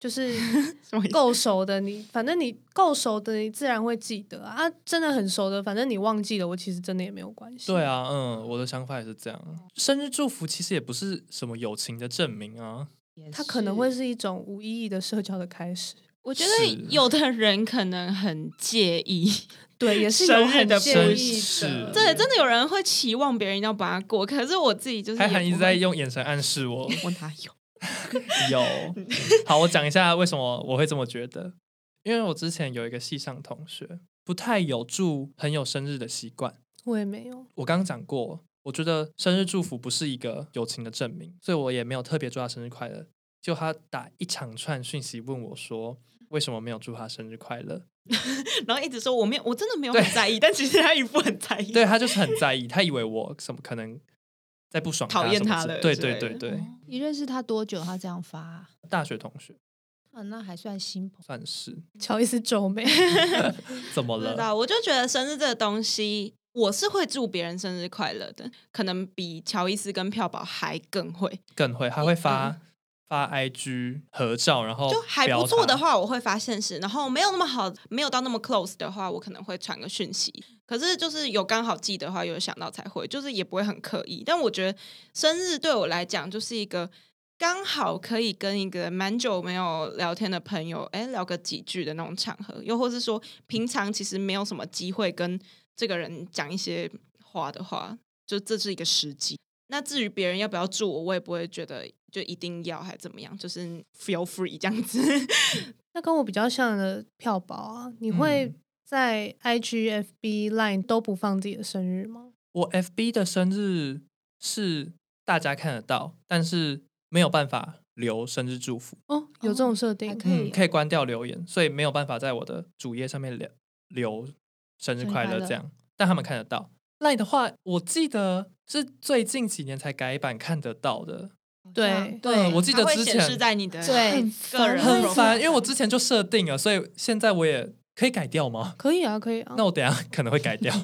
Speaker 3: 就是
Speaker 4: 什么意思
Speaker 3: 够熟的你，反正你够熟的你自然会记得啊，啊真的很熟的，反正你忘记了，我其实真的也没有关系。
Speaker 1: 对，啊，嗯，我的想法也是这样。生日祝福其实也不是什么友情的证明啊，
Speaker 2: 也
Speaker 3: 它可能会是一种无意义的社交的开始。
Speaker 4: 我 觉
Speaker 1: 是
Speaker 4: 得有的人可能很介 意，
Speaker 3: 对，也是
Speaker 4: 生
Speaker 3: 有
Speaker 4: 日
Speaker 3: 很
Speaker 4: 的
Speaker 3: 介
Speaker 1: 不
Speaker 3: 意
Speaker 1: 是
Speaker 3: 的，
Speaker 4: 对，真的有人会期望别人一定要帮他过，可是我自己就是
Speaker 1: 海
Speaker 4: 也
Speaker 1: 涵一
Speaker 4: 不
Speaker 1: 直在
Speaker 4: 会
Speaker 1: 用眼神暗示 我。
Speaker 4: 我哪有？
Speaker 1: 有，好，我讲一下为什么我会这么觉得，因为我之前有一个系上同学，不太有祝朋友生日的习惯。
Speaker 3: 我也没有。
Speaker 1: 我刚刚讲过，我觉得生日祝福不是一个友情的证明，所以我也没有特别祝他生日快乐。就他打一长串讯息问我说，为什么没有祝他生日快乐？
Speaker 4: 然后一直说我没有，我真的没有
Speaker 1: 对
Speaker 4: 很在意，但其实他一副很在意。
Speaker 1: 对他就是很在意，他以为我什么可能在不爽
Speaker 4: 讨厌
Speaker 1: 什么
Speaker 4: 他
Speaker 1: 之
Speaker 4: 了
Speaker 1: 对
Speaker 4: 之
Speaker 1: 对
Speaker 4: 类
Speaker 1: 对
Speaker 4: 的哦
Speaker 1: 对，
Speaker 2: 你认识他多久？他这样发啊、
Speaker 1: 大学同学
Speaker 2: 啊那还算新朋
Speaker 1: 算是
Speaker 3: 乔伊斯皱眉，
Speaker 1: 怎么
Speaker 4: 不知
Speaker 1: 了？
Speaker 4: 道，我就觉得生日这个东西，我是会祝别人生日快乐的，可能比乔伊斯跟票宝还更会。
Speaker 1: 更会还会发发 IG 合照，然后
Speaker 4: 嗯就还不
Speaker 1: 标
Speaker 4: 错的
Speaker 1: 他，
Speaker 4: 话，我会发现实；然后没有那么好，没有到那么 close 的话，我可能会传个讯息。可是就是有刚好记的话，有想到才会，就是也不会很刻意。但我觉得生日对我来讲就是一个刚好可以跟一个蛮久没有聊天的朋友，哎，聊个几句的那种场合，又或是说平常其实没有什么机会跟这个人讲一些话的话，就这是一个时机。那至于别人要不要住我，我也不会觉得就一定要还怎么样，就是 feel free 这样子。
Speaker 3: 那跟我比较像的票宝啊，你会
Speaker 1: 嗯
Speaker 3: 在 IG、FB、Line 都不放自己的生日吗？
Speaker 1: 我 FB 的生日是大家看得到，但是没有办法留生日祝福，
Speaker 3: 哦，有这种设定
Speaker 2: 还，可以
Speaker 1: 嗯，可以关掉留言，所以没有办法在我的主页上面留留生日
Speaker 2: 生日
Speaker 1: 快
Speaker 2: 快
Speaker 1: 乐
Speaker 2: 乐
Speaker 1: 这样，但他们看得到。赖的话，我记得是最近几年才改版看得到的，
Speaker 2: 友。
Speaker 3: 对
Speaker 1: 嗯我记得
Speaker 4: 它会
Speaker 1: 之
Speaker 4: 显示
Speaker 1: 前
Speaker 4: 在你的
Speaker 2: 对
Speaker 4: 个人
Speaker 1: 很
Speaker 4: profile
Speaker 1: 烦，因为我之前就设定了，所以现在我也可以改掉吗？
Speaker 3: 可以啊，可以啊。
Speaker 1: 那我等一下可能会改掉，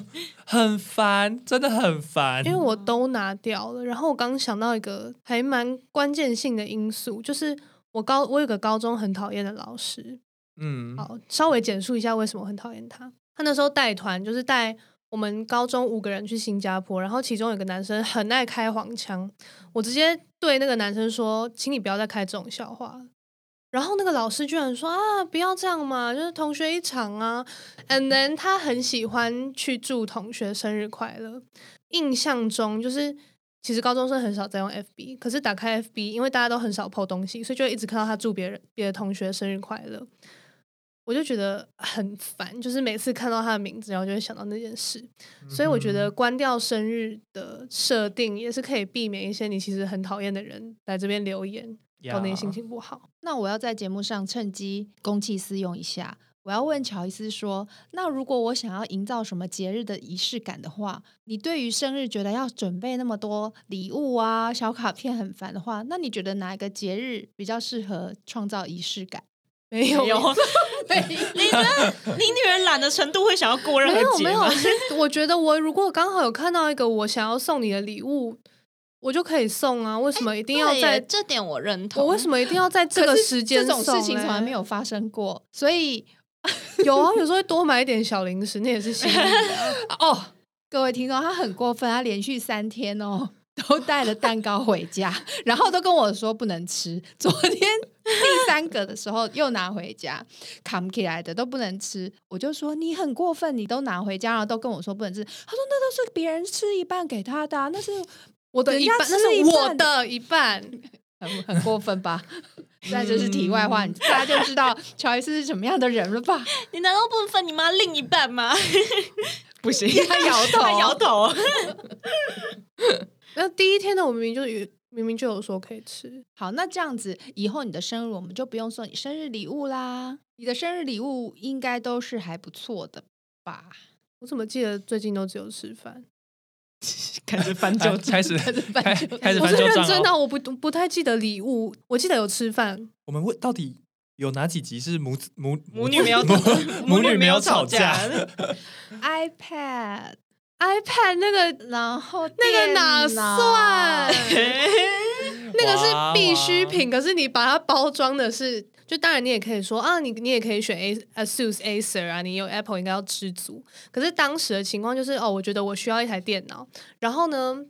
Speaker 1: 很烦，真的很烦。
Speaker 3: 因为我都拿掉了。然后我刚想到一个还蛮关键性的因素，就是我高我有个高中很讨厌的老师，
Speaker 1: 嗯，
Speaker 3: 好，稍微简述一下为什么我很讨厌他。他那时候带团就是带我们高中五个人去新加坡，然后其中有个男生很爱开黄腔，我直接对那个男生说：“请你不要再开这种笑话了。”然后那个老师居然说：“啊，不要这样嘛，就是同学一场啊。” And then 他很喜欢去祝同学生日快乐。印象中就是。其实高中生很少在用 FB，可是打开 FB，因为大家都很少 PO 东西，所以就会一直看到他祝别人、别的同学生日快乐。我就觉得很烦，就是每次看到他的名字，然后就会想到那件事。所以我觉得
Speaker 1: 嗯
Speaker 3: 关掉生日的设定也是可以避免一些你其实很讨厌的人来这边留言，搞得你心
Speaker 1: 呀
Speaker 3: 情不好。
Speaker 2: 那我要在节目上趁机公器私用一下，我要问乔伊斯说：那如果我想要营造什么节日的仪式感的话，你对于生日觉得要准备那么多礼物啊、小卡片很烦的话，那你觉得哪一个节日比较适合创造仪式 感？
Speaker 3: 没有
Speaker 4: 有， 你这你女人懒的程度会想要过 任
Speaker 3: 没
Speaker 4: 何
Speaker 3: 有
Speaker 4: 节
Speaker 3: 没有，
Speaker 4: 吗？
Speaker 3: 是我觉得我如果刚好有看到一个我想要送你的礼物，我就可以送啊。为什
Speaker 2: 哎
Speaker 3: 么一定要
Speaker 4: 对耶
Speaker 3: 在？
Speaker 4: 这点我认同。
Speaker 3: 我为什么一定要在这个
Speaker 2: 可是
Speaker 3: 时间
Speaker 2: 这种事
Speaker 3: 送
Speaker 2: 情
Speaker 3: 嘞
Speaker 2: 从来没有发生过，欸所以
Speaker 3: 有啊，有时候会多买一点小零食，那也是心意 啊。
Speaker 2: 哦，各位听众，他很过分，他连续三天哦都带了蛋糕回家，然后都跟我说不能吃。昨天第三个的时候又拿回家，扛起来的都不能吃。我就说你很过分，你都拿回家，然后都跟我说不能吃。他说那都是别人吃一半给他的啊、那是
Speaker 3: 我的
Speaker 2: 人
Speaker 3: 一
Speaker 2: 家
Speaker 3: 半，那
Speaker 2: 吃一
Speaker 3: 是我
Speaker 2: 半
Speaker 3: 的一半。
Speaker 2: 很很过分吧？ 那就是题外话，
Speaker 3: 嗯
Speaker 2: 大家就知道乔伊斯是什么样的人了吧？
Speaker 4: 你难道不分你妈另一半吗？不 行，
Speaker 2: 他摇头
Speaker 4: 他摇 头。
Speaker 3: 那第一天呢，我明明就有明明就有说可以吃，
Speaker 2: 好，那这样子以后你的生日我们就不用送你生日礼物啦。你的生日礼物应该都是还不错的吧？
Speaker 3: 我怎么记得最近都只有吃饭？
Speaker 4: 开始翻
Speaker 1: 啊开始
Speaker 2: 开始翻
Speaker 1: 开
Speaker 2: 旧账
Speaker 1: 开始
Speaker 3: 我
Speaker 1: 翻
Speaker 3: 是
Speaker 1: 旧
Speaker 3: 认
Speaker 1: 账
Speaker 3: 真的，
Speaker 1: 哦。
Speaker 3: 我不不太记得礼物，我记得有吃饭，
Speaker 1: 我们问到底有哪几集是母子母
Speaker 4: 母女没有
Speaker 1: 母母
Speaker 4: 母
Speaker 1: 女
Speaker 4: 女
Speaker 1: 没
Speaker 4: 没
Speaker 1: 有
Speaker 4: 有
Speaker 1: 吵
Speaker 4: 吵
Speaker 1: 架
Speaker 4: 架？
Speaker 2: iPad，
Speaker 3: iPad 那个
Speaker 2: 然后
Speaker 3: 那个哪
Speaker 2: 电脑
Speaker 3: 算？那个
Speaker 1: 哇
Speaker 3: 是必需
Speaker 1: 哇
Speaker 3: 品，可是你把它包装的是，就当然你也可以说啊，你你也可以选 A ASUS Acer 啊，你有 Apple 应该要知足。可是当时的情况就是，哦，我觉得我需要一台电脑，然后呢，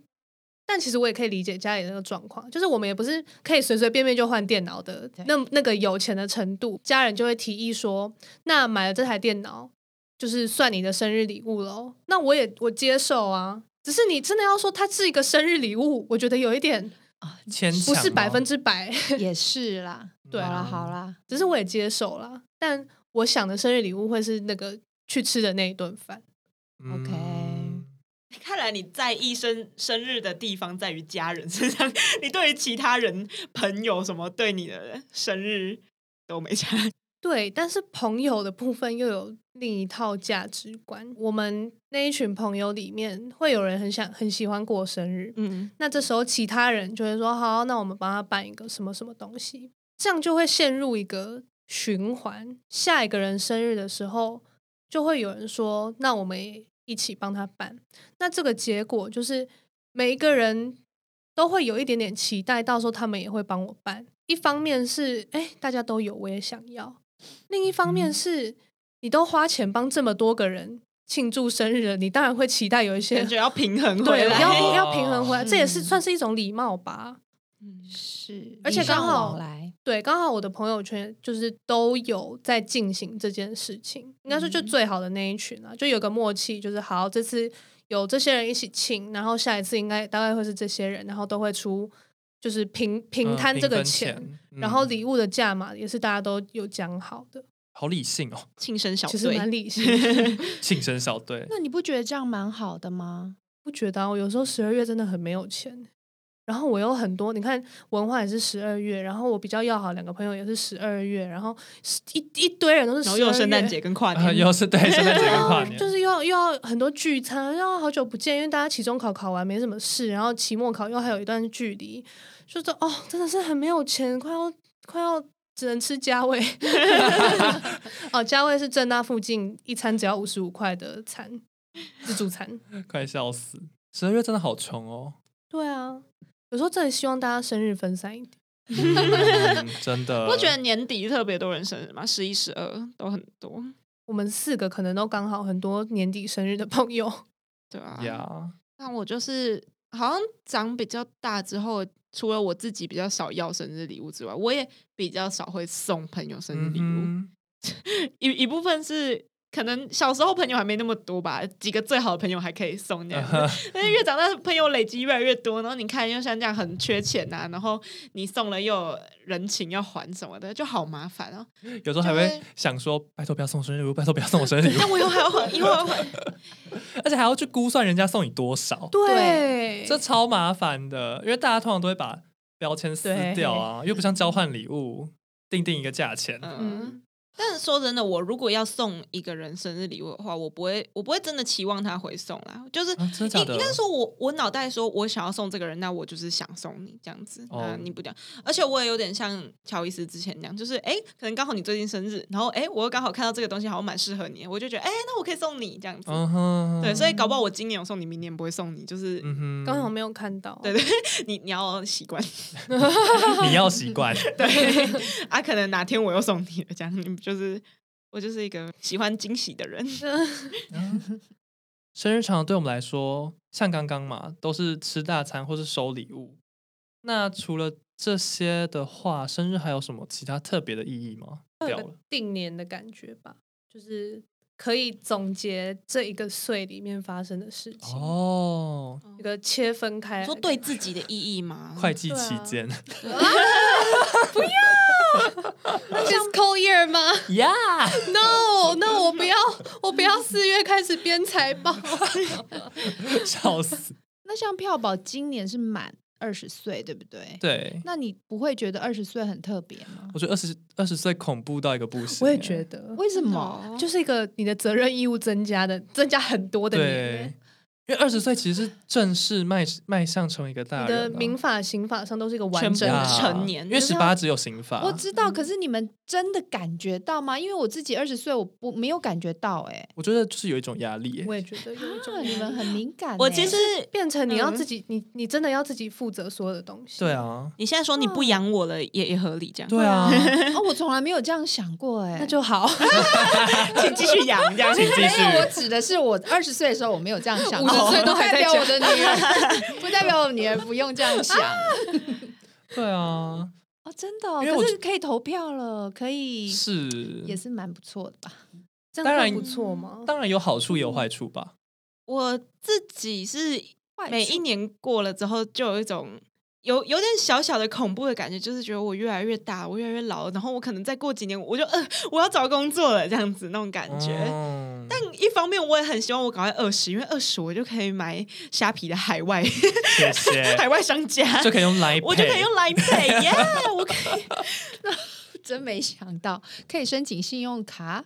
Speaker 3: 但其实我也可以理解家里那个状况，就是我们也不是可以随随便便就换电脑的
Speaker 2: 对，
Speaker 3: 那那个有钱的程度，家人就会提议说，那买了这台电脑，就是算你的生日礼物喽。那我也我接受啊。只是你真的要说它是一个生日礼物，我觉得有一点
Speaker 1: 牵强
Speaker 3: 不是百分
Speaker 1: 之
Speaker 3: 之百，
Speaker 2: 也是啦。
Speaker 3: 对
Speaker 2: 好啦
Speaker 3: 啊
Speaker 2: 好啦，
Speaker 3: 只是我也接受了。但我想的生日礼物会是那个去吃的那一顿饭，
Speaker 2: OK
Speaker 1: 嗯
Speaker 4: 看来你在意生生日的地方在于家人身上，你对于其他人、朋友什么对你的生日都没差。
Speaker 3: 对，但是朋友的部分又有另一套价值观。我们那一群朋友里面，会有人很想很喜欢过生日，
Speaker 4: 嗯，
Speaker 3: 那这时候其他人就会说：“好，那我们帮他办一个什么什么东西。”这样就会陷入一个循环。下一个人生日的时候，就会有人说：“那我们也一起帮他办。”那这个结果就是每一个人都会有一点点期待，到时候他们也会帮我办。一方面是哎、大家都有，我也想要；另一方面
Speaker 1: 嗯
Speaker 3: 是、你都花钱帮这么多个人庆祝生日了，你当然会期待有一些
Speaker 4: 感觉要平衡回
Speaker 3: 对，
Speaker 4: 来，
Speaker 3: 要要平衡回来，
Speaker 2: 嗯
Speaker 3: 这也是算是一种礼貌吧。
Speaker 4: 嗯
Speaker 2: 是，
Speaker 3: 而且
Speaker 2: 礼尚
Speaker 3: 刚好
Speaker 2: 往来，
Speaker 3: 对，刚好我的朋友圈就是都有在进行这件事情，应该说就
Speaker 4: 嗯
Speaker 3: 最好的那一群啊，就有个默契，就是好，这次有这些人一起庆，然后下一次应该大概会是这些人，然后都会出就是平平摊这个
Speaker 1: 呃嗯分
Speaker 3: 钱，
Speaker 1: 钱，
Speaker 3: 然后
Speaker 1: 嗯
Speaker 3: 礼物的价码也是大家都有讲好的，
Speaker 1: 好理性哦，
Speaker 4: 庆生小
Speaker 3: 其实蛮
Speaker 4: 队，
Speaker 3: 理性的，
Speaker 1: 庆生小队，
Speaker 2: 那你不觉得这样蛮好的吗？
Speaker 3: 不觉得、啊、我有时候十二月真的很没有钱，然后我有很多，你看文化也是十二月，然后我比较要好两个朋友也是十二月，然后是一一堆人都是
Speaker 4: 然
Speaker 3: 十
Speaker 4: 后
Speaker 3: 二
Speaker 4: 又
Speaker 3: 月，啊
Speaker 4: 有圣诞节跟跨
Speaker 1: 啊，
Speaker 4: 年，
Speaker 1: 又是对圣诞节跟
Speaker 4: 啊
Speaker 1: 跨年，
Speaker 3: 就是又要又要很多聚餐，然后好久不见，因为大家期中考考完没什么事，然后期末考又还有一段距离，就是哦，真的是很没有钱，快要快要只能吃家味。 哦，家味是正大附近一餐只要五十五块的餐，自助餐。
Speaker 1: 快笑死！十二月真的好穷 哦，
Speaker 3: 对啊，有时候真的希望大家生日分散一点。
Speaker 1: 嗯真的。
Speaker 4: 不觉得年底特别多人生日吗？十一、十二都很多，
Speaker 3: 我们四个可能都刚好很多年底生日的朋友，
Speaker 4: 对啊。
Speaker 1: 呀？
Speaker 4: 但我就是好像长比较大之后，除了我自己比较少要生日礼物之外，我也比较少会送朋友生日
Speaker 1: 嗯
Speaker 4: 礼物。
Speaker 1: 哼，
Speaker 4: 一一部分是可能小时候朋友还没那么多吧，几个最好的朋友还可以送那样子。但是越长大，朋友累积越来越多，然后你看，又像这样很缺钱呐、然后你送了又有人情要还什么的，就好麻烦哦。
Speaker 1: 有时候还会想说，拜托不要送生日礼物，拜托不要送我生日礼物，
Speaker 4: 那我以后还要还，以后还要还，
Speaker 1: 而且还要去估算人家送你多少，
Speaker 3: 对嗯
Speaker 1: 这超麻烦的。因为大家通常都会把标签撕掉啊，又不像交换礼物，定定一个价钱。
Speaker 4: 嗯
Speaker 3: 嗯。
Speaker 4: 但是说真的，我如果要送一个人生日礼物的话，我不会，我不会真的期望他回送啦。就是
Speaker 1: 啊真的假的
Speaker 4: 应应该说我，我脑袋说我想要送这个人，那我就是想送你这样子。
Speaker 1: 哦
Speaker 4: 啊，你不讲，而且我也有点像乔伊斯之前那样，就是哎、诶可能刚好你最近生日，然后哎、诶我又刚好看到这个东西好像蛮适合你，我就觉得哎、诶那我可以送你这样子。
Speaker 1: 嗯哼，
Speaker 4: 对，所以搞不好我今年有送你，明年不会送你，就是、
Speaker 1: 嗯哼，
Speaker 3: 刚好没有看到。
Speaker 4: 对对，你你要习惯。
Speaker 1: 你要习惯，
Speaker 4: 对啊，可能哪天我又送你了，这样你就是我就是一个喜欢惊喜的人。
Speaker 1: 生日常对我们来说，像刚刚嘛，都是吃大餐或是收礼物。那除了这些的话，生日还有什么其他特别的意义吗？
Speaker 3: 会有
Speaker 1: 掉
Speaker 3: 个
Speaker 1: 了，
Speaker 3: 定年的感觉吧，就是可以总结这一个岁里面发生的事情，
Speaker 1: 哦，
Speaker 3: 一个切分开来的
Speaker 4: 说
Speaker 3: 感觉。
Speaker 4: 对自己的意义吗？嗯
Speaker 1: 会计
Speaker 3: 对
Speaker 1: 期
Speaker 3: 啊
Speaker 1: 间，
Speaker 3: 那像 c o year 吗
Speaker 1: 呀、
Speaker 3: ？No，那我不要，我不要四月开始编财报。
Speaker 1: 笑死！
Speaker 2: 那像票宝今年是满二十岁，对不对？
Speaker 1: 对，
Speaker 2: 那你不会觉得二十岁很特别吗？
Speaker 1: 我觉得二十二十岁恐怖到一个不行欸，
Speaker 3: 我也觉得，
Speaker 2: 为什
Speaker 4: 真的
Speaker 2: 么？
Speaker 4: 哦
Speaker 3: 就是一个你的责任义务增加的，增加很多的
Speaker 1: 对
Speaker 3: 年。，
Speaker 1: 因为二十岁其实是正式迈迈向成为一个大
Speaker 3: 你
Speaker 1: 人、啊，
Speaker 3: 的民法、刑法上都是一个完
Speaker 4: 全
Speaker 3: 整
Speaker 1: 呀
Speaker 3: 的
Speaker 4: 部
Speaker 3: 事，
Speaker 4: 成年
Speaker 1: 因为
Speaker 4: 就是
Speaker 1: 十
Speaker 4: 要
Speaker 1: 八只有刑法，
Speaker 2: 我知道，可是你们真的感觉到吗？因为我自己二十岁，我不没有感觉到、欸，
Speaker 1: 我觉得就是有一种压力欸、
Speaker 3: 我也觉得有一种
Speaker 2: 哎，你们很敏感、欸。
Speaker 4: 我其实
Speaker 3: 变成你要
Speaker 4: 嗯
Speaker 3: 自己，你你真的要自己负责所有的东西。
Speaker 1: 对，啊，
Speaker 4: 你现在说你不养我了，也也合理这样。
Speaker 1: 对啊，
Speaker 2: 哦，我从来没有这样想过、欸，哎，
Speaker 3: 那就好。
Speaker 4: 请继续养这样。
Speaker 1: 请继
Speaker 2: 没有，我
Speaker 1: 续。
Speaker 2: 指的是我二十岁的时候，我没有这样想，
Speaker 3: 50
Speaker 2: 哦
Speaker 3: 岁都
Speaker 2: 不
Speaker 3: 还
Speaker 2: 代
Speaker 3: 在
Speaker 2: 表
Speaker 3: 讲
Speaker 2: 我的 女儿，不代表我女儿不用这样想
Speaker 1: 对啊，
Speaker 2: 啊哦，真的哦、
Speaker 1: 因为我
Speaker 2: 可是可以投票了，可以
Speaker 1: 是
Speaker 2: 也是蛮不错的吧？
Speaker 3: 这
Speaker 1: 当
Speaker 3: 样
Speaker 1: 然
Speaker 3: 会不错吗？
Speaker 1: 当然有好处也有坏处吧。
Speaker 4: 我自己是
Speaker 2: 坏
Speaker 4: 每
Speaker 2: 处
Speaker 4: 一年过了之后，就有一种有有点小小的恐怖的感觉，就是觉得我越来越大，我越来越老，然后我可能再过几年，我就呃我要找工作了这样子那种感觉。
Speaker 1: 嗯
Speaker 4: 但一方面，我也很希望我赶快二十，因为二十我就可以买虾皮的海外
Speaker 1: 谢谢，
Speaker 4: 海外商家，
Speaker 1: 就可以用来，
Speaker 4: 我就可以用来配耶，我可以。
Speaker 2: 真没想到可以申请信用卡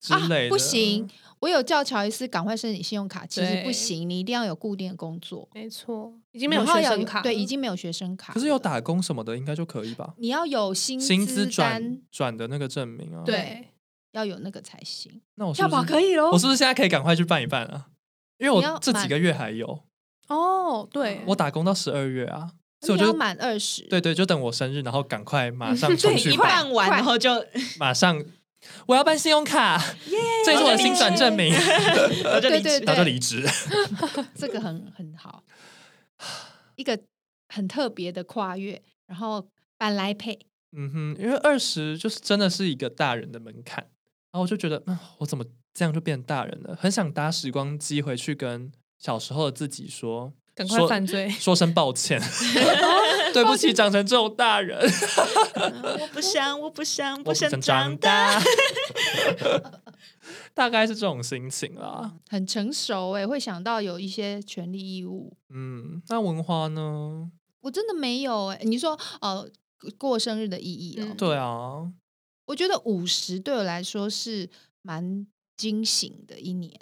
Speaker 1: 之类的、嗯
Speaker 2: 啊，不行。我有叫乔伊斯赶快申请信用卡，其实不
Speaker 3: 对
Speaker 2: 行，你一定要有固定的工作，
Speaker 3: 没错，已
Speaker 2: 你
Speaker 3: 经没有学生卡，
Speaker 2: 对，已。经没有学生卡了。
Speaker 1: 可是有打工什么的，应该就可以吧？
Speaker 2: 你要有薪
Speaker 1: 薪资
Speaker 2: 资
Speaker 1: 转
Speaker 2: 单，
Speaker 1: 转的那个证明啊。
Speaker 3: 对，
Speaker 2: 要有那个才行。
Speaker 1: 那我是
Speaker 3: 跳
Speaker 1: 不
Speaker 3: 宝
Speaker 1: 是
Speaker 3: 可以喽
Speaker 1: 我。是不是现在可以赶快去办一办啊？因为
Speaker 2: 你要
Speaker 1: 我这
Speaker 2: 满
Speaker 1: 几个月还有，
Speaker 3: 哦，对，
Speaker 1: 我打工到十二月啊，所以
Speaker 2: 你
Speaker 1: 我
Speaker 2: 要
Speaker 1: 就
Speaker 2: 满二十，
Speaker 1: 对对，就等我生日，然后赶快马上冲
Speaker 4: 对，
Speaker 1: 去
Speaker 4: 一
Speaker 1: 办，
Speaker 4: 办完
Speaker 2: 快
Speaker 4: 然后就，
Speaker 1: 马上我要办信用卡，这是我的新转证明，
Speaker 4: 然后就
Speaker 2: 对
Speaker 4: 离
Speaker 2: 呃对
Speaker 4: 职
Speaker 1: 然后就离职。
Speaker 2: 这个很很好，一个很特别的跨越，然后搬来配，
Speaker 1: 嗯哼，因为二十就是真的是一个大人的门槛，然后我就觉得，嗯，我怎么这样就变大人了？很想搭时光机回去跟小时候的自己说，
Speaker 3: 赶快
Speaker 1: 说
Speaker 3: 犯罪
Speaker 1: 说声抱 歉，对不起，长成这种大人，
Speaker 2: 嗯
Speaker 4: 我不想，我不想，
Speaker 1: 我不
Speaker 4: 想
Speaker 1: 想
Speaker 4: 长
Speaker 1: 长大， 大概是这种心情啦。
Speaker 2: 很成熟哎、会想到有一些权利义务。
Speaker 1: 嗯，那文花呢？
Speaker 2: 我真的没有哎、你说呃，过生日的意义哦、
Speaker 4: 嗯
Speaker 1: 对啊，
Speaker 2: 我觉得五十对我来说是蛮惊醒的一年，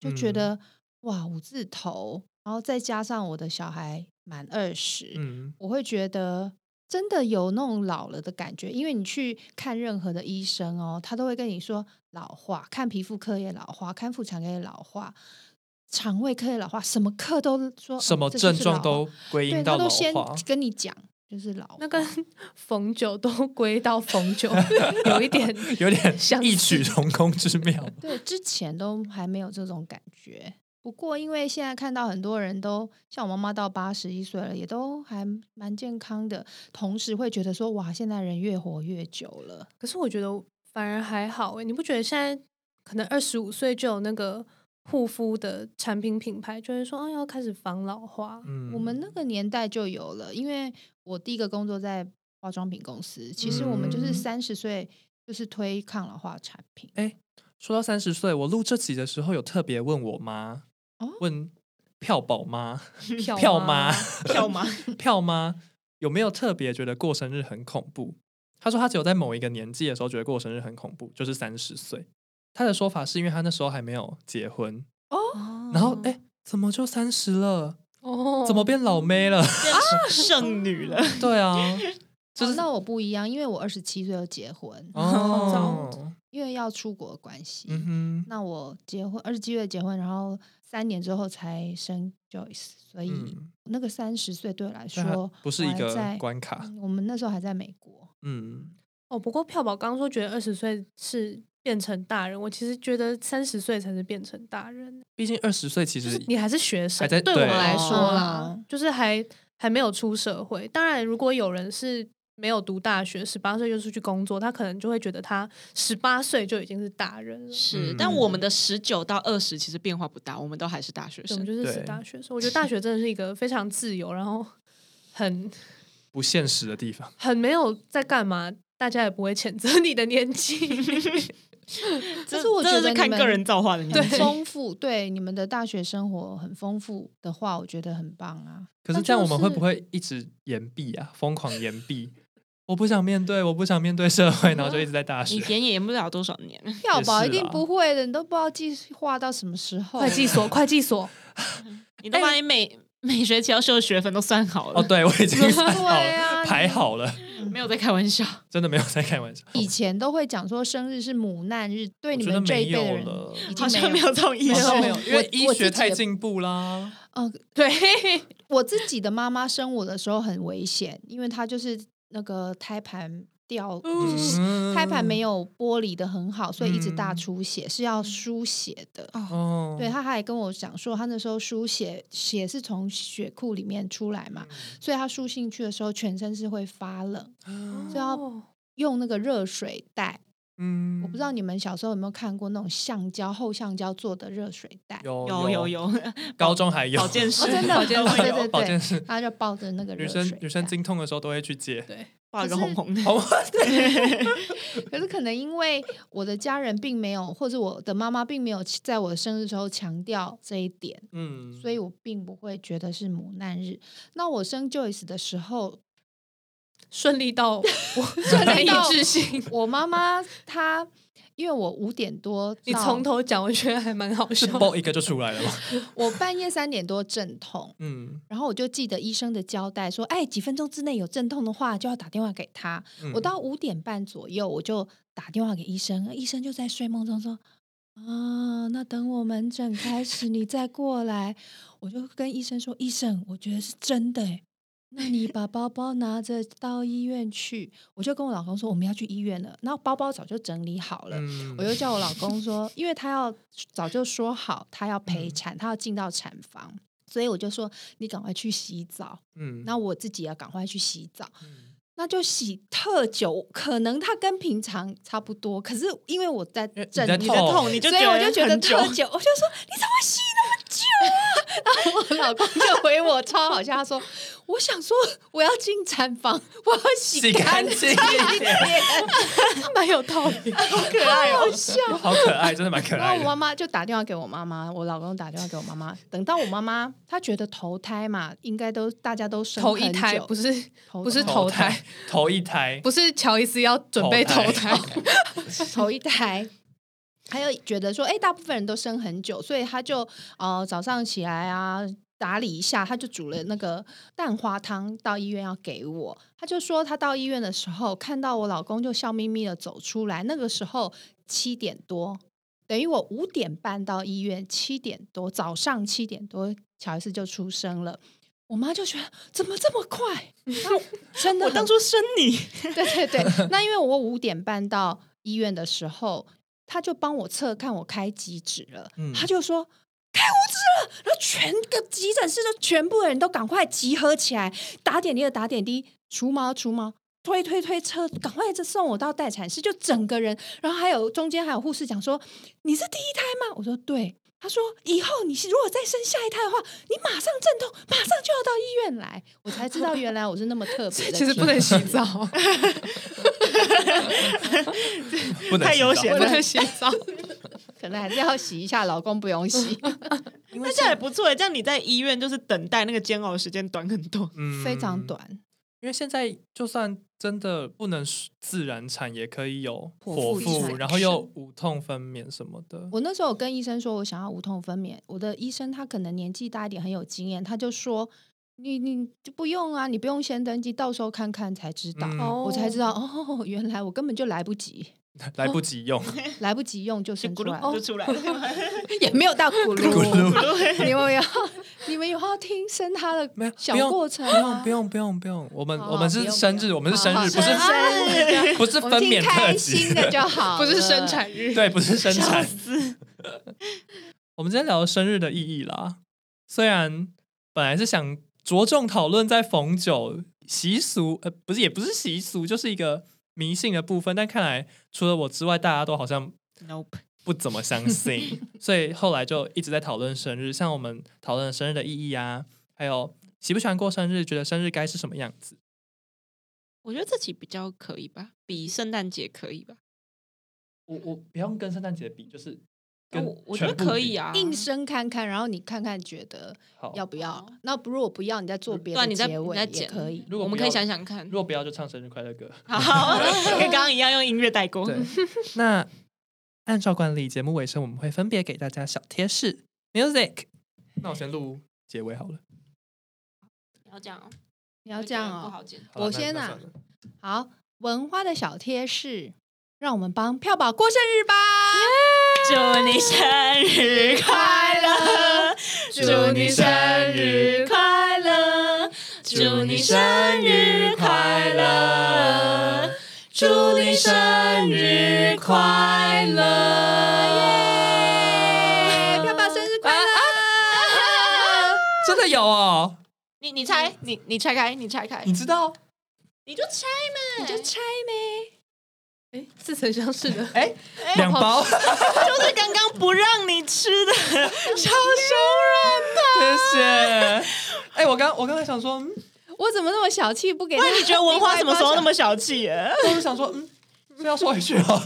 Speaker 2: 就
Speaker 1: 嗯
Speaker 2: 觉得、哇五字头，然后再加上我的小孩满二十、
Speaker 1: 嗯
Speaker 2: 我会觉得真的有那种老了的感觉，因为你去看任何的医生哦，他都会跟你说老化，看皮肤科也老化，看妇产科也老化，肠胃科也老化，什么科都说
Speaker 1: 什么
Speaker 2: 哦这就是
Speaker 1: 症状
Speaker 2: 老
Speaker 1: 都
Speaker 2: 化
Speaker 1: 归因
Speaker 2: 对，
Speaker 1: 到
Speaker 2: 他
Speaker 1: 老
Speaker 2: 都先
Speaker 1: 化。
Speaker 2: 跟你讲就是老化
Speaker 3: 那跟逢九都归到逢九，有一点
Speaker 1: 有点
Speaker 3: 相
Speaker 1: 异曲同工之妙，
Speaker 2: 对，之前都还没有这种感觉。不过，因为现在看到很多人都像我妈妈到八十一岁了，也都还蛮健康的，同时会觉得说，哇，现在人越活越久了。
Speaker 3: 可是我觉得反而还好诶、欸你不觉得现在可能二十五岁就有那个护肤的产品品牌，就是说，哦，要开始防老化，
Speaker 1: 嗯，
Speaker 2: 我们那个年代就有了，因为我第一个工作在化妆品公司，其实我们就是
Speaker 1: 嗯
Speaker 2: 三十岁就是推抗老化产品。
Speaker 1: 说到三十岁，我录这集的时候有特别问我妈，
Speaker 2: 哦
Speaker 1: 问票宝 妈、
Speaker 3: 票
Speaker 1: 票
Speaker 3: 妈
Speaker 1: 妈、
Speaker 4: 票吗？
Speaker 1: 票妈有没有特别觉得过生日很恐怖？她说她只有在某一个年纪的时候觉得过生日很恐怖，就是三十岁。她的说法是因为她那时候还没有结婚，然
Speaker 2: 哦
Speaker 1: 后哎、诶怎么就三十了？
Speaker 3: 哦，
Speaker 1: 怎么变老妹 了？
Speaker 4: 变剩女了，
Speaker 1: 对啊，就
Speaker 2: 就是那我不一样，因为我二十七岁就结婚，
Speaker 1: 哦，
Speaker 2: 因为要出国的关系。
Speaker 1: 嗯哼，
Speaker 2: 那我结婚二十七岁结婚，然后三年之后才生 Joyce，所以
Speaker 1: 嗯，
Speaker 2: 那个三十岁对我来
Speaker 1: 但它
Speaker 2: 说
Speaker 1: 不是
Speaker 2: 我
Speaker 1: 一
Speaker 2: 还
Speaker 1: 个
Speaker 2: 在
Speaker 1: 关卡，
Speaker 2: 嗯我们那时候还在美 国，
Speaker 1: 嗯，
Speaker 3: 哦，不过票宝刚说觉得二十岁是变成大人，我其实觉得三十岁才是变成大人，
Speaker 1: 毕竟二十岁其实
Speaker 3: 你还是学生
Speaker 1: 还在，
Speaker 3: 我
Speaker 1: 对
Speaker 3: 来说啦
Speaker 2: 哦，
Speaker 3: 就是还还没有出社会。当然，如果有人是没有读大学，十八岁就出去工作，他可能就会觉得他十八岁就已经是大人了。
Speaker 4: 是，
Speaker 1: 嗯
Speaker 4: 但我们的十九到二十其实变化不大，我们都还是大学
Speaker 3: 对我们
Speaker 4: 生。
Speaker 3: 就是死
Speaker 1: 对
Speaker 3: 大学生。我觉得大学真的是一个非常自由，然后很
Speaker 1: 不现实的地方。
Speaker 3: 很没有在干嘛，大家也不会谴责你的年纪。
Speaker 2: 但是我觉
Speaker 4: 真
Speaker 2: 得
Speaker 4: 的是
Speaker 2: 你
Speaker 4: 看
Speaker 2: 们
Speaker 4: 个人造化的年纪，
Speaker 2: 很丰富，对你们的大学生活很丰富的话，我觉得很棒 啊。
Speaker 1: 可是这样我们会不会一直延毕啊？疯狂延毕？我不想面对，我不想面对社会，然后就一直在大学
Speaker 4: 你。延也延不了多少年。
Speaker 2: 票宝
Speaker 1: 也
Speaker 2: 一
Speaker 1: 是
Speaker 2: 定
Speaker 1: 啦
Speaker 2: 不会的，你都不知道计划到什么时候。
Speaker 3: 会计所，会计所，
Speaker 4: 你
Speaker 2: 哎
Speaker 4: 都把你每每学期要修的学分都算好了，
Speaker 1: 哦，对，我已经算好了，
Speaker 2: 对啊
Speaker 1: 排好了，
Speaker 4: 没有在开玩笑。
Speaker 1: 真的没有在开玩笑。
Speaker 2: 以前都会讲说生日是母难日，对
Speaker 1: 我
Speaker 2: 你
Speaker 1: 觉得
Speaker 2: 们这
Speaker 1: 没
Speaker 2: 一辈的
Speaker 1: 有
Speaker 2: 人
Speaker 1: 了，
Speaker 2: 已经
Speaker 4: 好像
Speaker 2: 没
Speaker 4: 没
Speaker 2: 有
Speaker 4: 有。这种意
Speaker 1: 好
Speaker 4: 识，
Speaker 1: 像没有，因为
Speaker 2: 我
Speaker 1: 医
Speaker 2: 我
Speaker 1: 学
Speaker 2: 自己
Speaker 1: 太
Speaker 2: 也
Speaker 1: 进步啦。
Speaker 2: 嗯、
Speaker 3: 对，
Speaker 2: 我自己的妈妈生我的时候很危险，因为她就是那个胎盘掉，就是
Speaker 1: 嗯
Speaker 2: 胎盘没有剥离的很好，所以一直大
Speaker 1: 嗯
Speaker 2: 出血，是要输血的。
Speaker 1: 哦，
Speaker 2: 对，他还跟我讲说，他那时候输血，血是从血库里面出来嘛，所以他输进去的时候，全身是会发冷，
Speaker 1: 嗯，
Speaker 3: 哦
Speaker 2: 就要用那个热水袋。
Speaker 1: 嗯
Speaker 2: 我不知道你们小时候有没有看过那种橡胶厚橡胶做的热水袋，
Speaker 1: 有
Speaker 4: 有有，有，
Speaker 1: 高中还有
Speaker 4: 保健室
Speaker 2: 哦， 真的
Speaker 4: 保健
Speaker 2: 哦
Speaker 4: 室
Speaker 2: 对对
Speaker 1: 保健室，
Speaker 2: 他就抱着那个
Speaker 1: 女
Speaker 2: 热水
Speaker 1: 生
Speaker 2: 袋。
Speaker 1: 女生经痛的时候都会去借。
Speaker 3: 对，
Speaker 4: 画一个红红 的，
Speaker 1: 哦，
Speaker 2: 可是可能因为我的家人并没有，或者我的妈妈并没有在我生日时候强调这一点，
Speaker 1: 嗯，
Speaker 2: 所以 我并不会觉得是母难日。那我生 Joyce 的时候，
Speaker 3: 顺利到我
Speaker 2: 顺
Speaker 3: 难
Speaker 2: 利
Speaker 3: 以
Speaker 2: 到
Speaker 3: 置信。
Speaker 2: 我妈妈她，因为我五点多，
Speaker 3: 你从头讲，我觉得还蛮好
Speaker 1: 是。
Speaker 3: 笑
Speaker 1: 爆一个就出来了吗？
Speaker 2: 我半夜三点多阵痛，
Speaker 1: 嗯，
Speaker 2: 然后我就记得医生的交代说，哎，几分钟之内有阵痛的话，就要打电话给他。
Speaker 1: 嗯
Speaker 2: 我到五点半左右，我就打电话给医生，医生就在睡梦中说：“啊，那等我门诊开始，你再过来。”我就跟医生说：“医生，我觉得是真的、欸，那你把包包拿着到医院去。”我就跟我老公说：“我们要去医院了。”然后包包早就整理好了。
Speaker 1: 嗯
Speaker 2: 我又叫我老公说，因为他要早就说好，他要陪
Speaker 1: 嗯
Speaker 2: 产，他要进到产房，所以我就说你赶快去洗澡，
Speaker 1: 嗯
Speaker 2: 那我自己要赶快去洗澡。
Speaker 1: 嗯
Speaker 2: 那就洗特久，可能它跟平常差不多，可是因为我在
Speaker 1: 你
Speaker 2: 震
Speaker 1: 在
Speaker 2: 你
Speaker 1: 痛
Speaker 2: 的
Speaker 1: 哦
Speaker 4: 你
Speaker 2: 所以我就觉得
Speaker 4: 很久
Speaker 2: 特久，我就说你怎么洗那么久 啊？然后我老公就回我超好笑，他说我想说我要进产房，我要洗
Speaker 1: 洗干净一点，
Speaker 3: 蛮有道理，好可爱
Speaker 2: 好笑。
Speaker 1: 好可爱，真的蛮可
Speaker 2: 然后
Speaker 1: 爱哦
Speaker 2: 我
Speaker 1: 的。
Speaker 2: 妈妈就打电话给我妈妈，我老公打电话给我妈妈。等到我妈妈，她觉得头胎嘛，应该都大家都生
Speaker 3: 头一
Speaker 2: 很
Speaker 3: 胎
Speaker 2: 久
Speaker 3: 不是
Speaker 2: 头
Speaker 3: 不是
Speaker 2: 头
Speaker 3: 头
Speaker 1: 胎
Speaker 3: 胎，
Speaker 1: 头一胎，
Speaker 3: 不是乔伊斯要准备投
Speaker 1: 投
Speaker 3: 胎
Speaker 1: 胎，
Speaker 2: 头一胎。还有觉得说，哎、大部分人都生很久，所以他就呃早上起来啊打理一下，他就煮了那个蛋花汤到医院要给我。他就说他到医院的时候看到我老公就笑眯眯的走出来，那个时候七点多，等于我五点半到医院，七点多早上七点多乔伊斯就出生了。我妈就觉得怎么这么快？ 然后真的很
Speaker 4: 初生你，
Speaker 2: 对 对对，那因为我五点半到医院的时候，他就帮我测看我开几指了，
Speaker 1: 嗯
Speaker 2: 他就说。开五指了，然后全个急诊室的全部人都赶快集合起来，打点滴的打点滴，除毛除毛，推推推车，赶快就送我到待产室，就整个人，然后还有中间还有护士讲说你是第一胎吗？我说对，他说以后你如果再生下一胎的话，你马上阵痛，马上就要到医院来，我才知道原来我是那么 特别的，
Speaker 3: 其实不能洗澡，
Speaker 1: 不能
Speaker 4: 太
Speaker 1: 洗
Speaker 4: 悠
Speaker 1: 澡
Speaker 4: 闲
Speaker 3: 不
Speaker 4: 了
Speaker 3: 能洗 澡。
Speaker 2: 可能还是要洗一下，老公不用洗，
Speaker 4: 那这样也不错欸耶，这样你在医院就是等待那个煎熬的时间短很多。
Speaker 1: 嗯
Speaker 2: 非常。短。
Speaker 1: 因为现在就算真的不能自然产，也可以有
Speaker 2: 剖
Speaker 1: 剖
Speaker 2: 腹
Speaker 1: 腹，
Speaker 2: 产
Speaker 1: 然后又无痛分娩什么的。
Speaker 2: 我那时候有跟医生说我想要无痛分娩，我的医生他可能年纪大一点，很有经验，他就说你你就不用啊，你不用先登记，到时候看看才知道。
Speaker 1: 嗯
Speaker 2: 我才知道哦，原来我根本就来 不及，
Speaker 1: 来不及用，
Speaker 2: 来不及用就
Speaker 4: 就
Speaker 2: 生出
Speaker 4: 咕
Speaker 2: 来了，
Speaker 4: 噜就出来 了，
Speaker 2: 也没有到咕噜。
Speaker 1: 咕噜
Speaker 2: 你们有你们有要听生他的
Speaker 1: 没有
Speaker 2: 小
Speaker 1: 不用
Speaker 2: 过程
Speaker 1: 不
Speaker 2: 吗
Speaker 1: 用？不用不用不用，我们
Speaker 2: 好
Speaker 1: 我
Speaker 2: 好
Speaker 1: 们
Speaker 2: 不
Speaker 1: 是
Speaker 2: 用
Speaker 1: 生
Speaker 2: 不
Speaker 1: 日，我们是
Speaker 2: 好
Speaker 1: 生
Speaker 2: 好
Speaker 1: 日，不是
Speaker 2: 好生日，
Speaker 1: 不 是
Speaker 2: 我
Speaker 1: 分
Speaker 2: 们听
Speaker 1: 娩
Speaker 2: 开
Speaker 1: 特辑
Speaker 2: 心，的就 好，
Speaker 3: 不是生。产 日，
Speaker 1: 对，不是生产
Speaker 4: 笑。死！
Speaker 1: 我们今天聊生日的意义啦，虽然本来是想着重讨论在逢九习俗，呃，不是也不是习俗，就是一个迷信的部分，但看来除了我之外，大家都好像
Speaker 4: Nope，
Speaker 1: 不怎么相 信，所以后来就一直在讨论生日，像我们讨论生日的意义啊，还有喜不喜欢过生日，觉得生日该是什么样子。
Speaker 4: 我觉得这期比较可以吧，比圣诞节可以吧？
Speaker 1: 我我不用跟圣诞节比，就是跟
Speaker 4: 我我觉得
Speaker 1: 全部
Speaker 4: 可以
Speaker 1: 比。
Speaker 4: 啊，
Speaker 2: 应声看看，然后你看看觉得
Speaker 1: 好，
Speaker 4: 哦
Speaker 2: 要不要？那不如果不要，你再做别
Speaker 4: 对啊，
Speaker 2: 的
Speaker 4: 你再
Speaker 2: 结
Speaker 4: 你
Speaker 2: 尾
Speaker 4: 再
Speaker 2: 也
Speaker 4: 剪
Speaker 2: 可以。
Speaker 1: 如果
Speaker 4: 我们
Speaker 1: 不
Speaker 4: 可以
Speaker 1: 要
Speaker 4: 想想看
Speaker 1: 如。果不要就唱生日快乐歌。
Speaker 4: 好，跟刚刚一样用音乐带过。
Speaker 1: 对，那按照惯例，节目尾声我们会分别给大家小贴士。Music，那我先录结尾好了。
Speaker 4: 要这样哦，
Speaker 2: 你要这样
Speaker 4: 不
Speaker 2: 哦。
Speaker 4: 好剪。
Speaker 1: 好啦
Speaker 2: 我
Speaker 1: 那
Speaker 2: 先
Speaker 1: 那
Speaker 2: 啊
Speaker 1: 算了
Speaker 2: 好，文花的小贴士，让我们帮票宝过生日 吧！
Speaker 4: 祝你生日快乐，祝你生日快乐，祝你生日快乐，祝你生日快乐。
Speaker 2: 票宝生日快
Speaker 4: 啊
Speaker 2: 乐！
Speaker 1: 真的有哦，
Speaker 4: 你你拆，你你拆开，你拆开
Speaker 1: 你，知道？
Speaker 4: 你就拆嘛，
Speaker 2: 你就拆呗。
Speaker 3: 哎， 似曾相识的。
Speaker 1: 哎、两包，谢
Speaker 4: 就是刚刚不让你吃的，超凶
Speaker 1: 谢。哎、我刚我刚才想说，嗯，
Speaker 2: 我怎么那么小气，不给他？
Speaker 4: 你觉得文化什么时候那么小 气、啊？
Speaker 1: 我就想说，嗯，是要收回去 哦。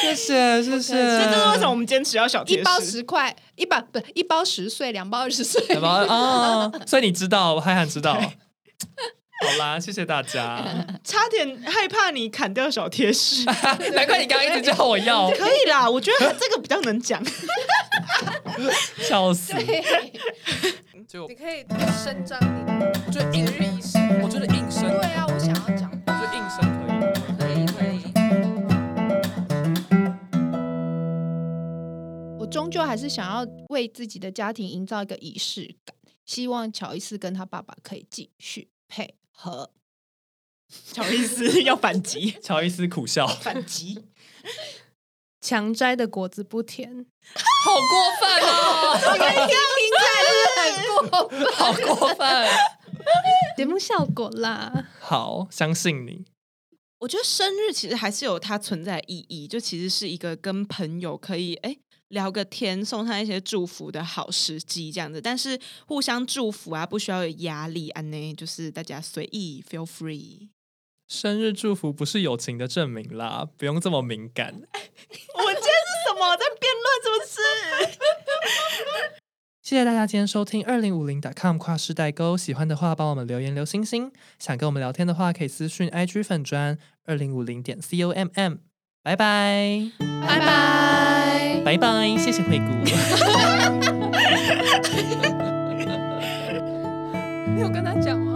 Speaker 1: 谢谢谢谢，
Speaker 4: 这就是为什么我们坚持要小贴
Speaker 2: 一
Speaker 4: 士
Speaker 2: 包十块，一包不一包十岁，两包二十岁。
Speaker 1: 两包啊、哦所以你知道，我还很知道。好啦，谢谢大家。
Speaker 4: 差点害怕你砍掉小贴士。
Speaker 1: 难怪你刚刚一直叫我要，
Speaker 4: 可以啦，我觉得这个比较能 讲。
Speaker 1: 笑死。
Speaker 2: 对，
Speaker 1: 就
Speaker 3: 你可以伸张你的
Speaker 1: 就
Speaker 3: 节
Speaker 1: 硬，
Speaker 3: 日仪式。
Speaker 1: 我觉得硬生，
Speaker 2: 对啊，我想要讲。
Speaker 1: 就硬生可以。
Speaker 4: 可以可以。
Speaker 2: 我终究还是想要为自己的家庭营造一个仪式感，希望乔伊斯跟他爸爸可以继续配合。
Speaker 4: 乔伊斯要反击，
Speaker 1: 乔伊斯苦笑，
Speaker 4: 反击。
Speaker 3: 强摘的果子不 甜，
Speaker 1: 好过分 哦，
Speaker 2: 过分，
Speaker 1: 好过分。
Speaker 3: 节目效果啦。
Speaker 1: 好，相信你。
Speaker 4: 我觉得生日其实还是有它存在的意义，就其实是一个跟朋友可以哎聊个天，送上一些祝福的好时机这样子。但是互相祝福啊，不需要有压力啊，呢就是大家随意 feel free。
Speaker 1: 生日祝福不是友情的证明啦，不用这么敏感。
Speaker 4: 我们今天是什么在辩论？是不是？
Speaker 1: 谢谢大家今天收听二零五零 .com 跨世代沟，喜欢的话帮我们留言留星星，想跟我们聊天的话可以私讯 IG 粉砖二零五零点 com，拜拜
Speaker 3: 拜拜。
Speaker 1: 拜拜，谢谢惠顾。
Speaker 3: 你有跟他讲吗？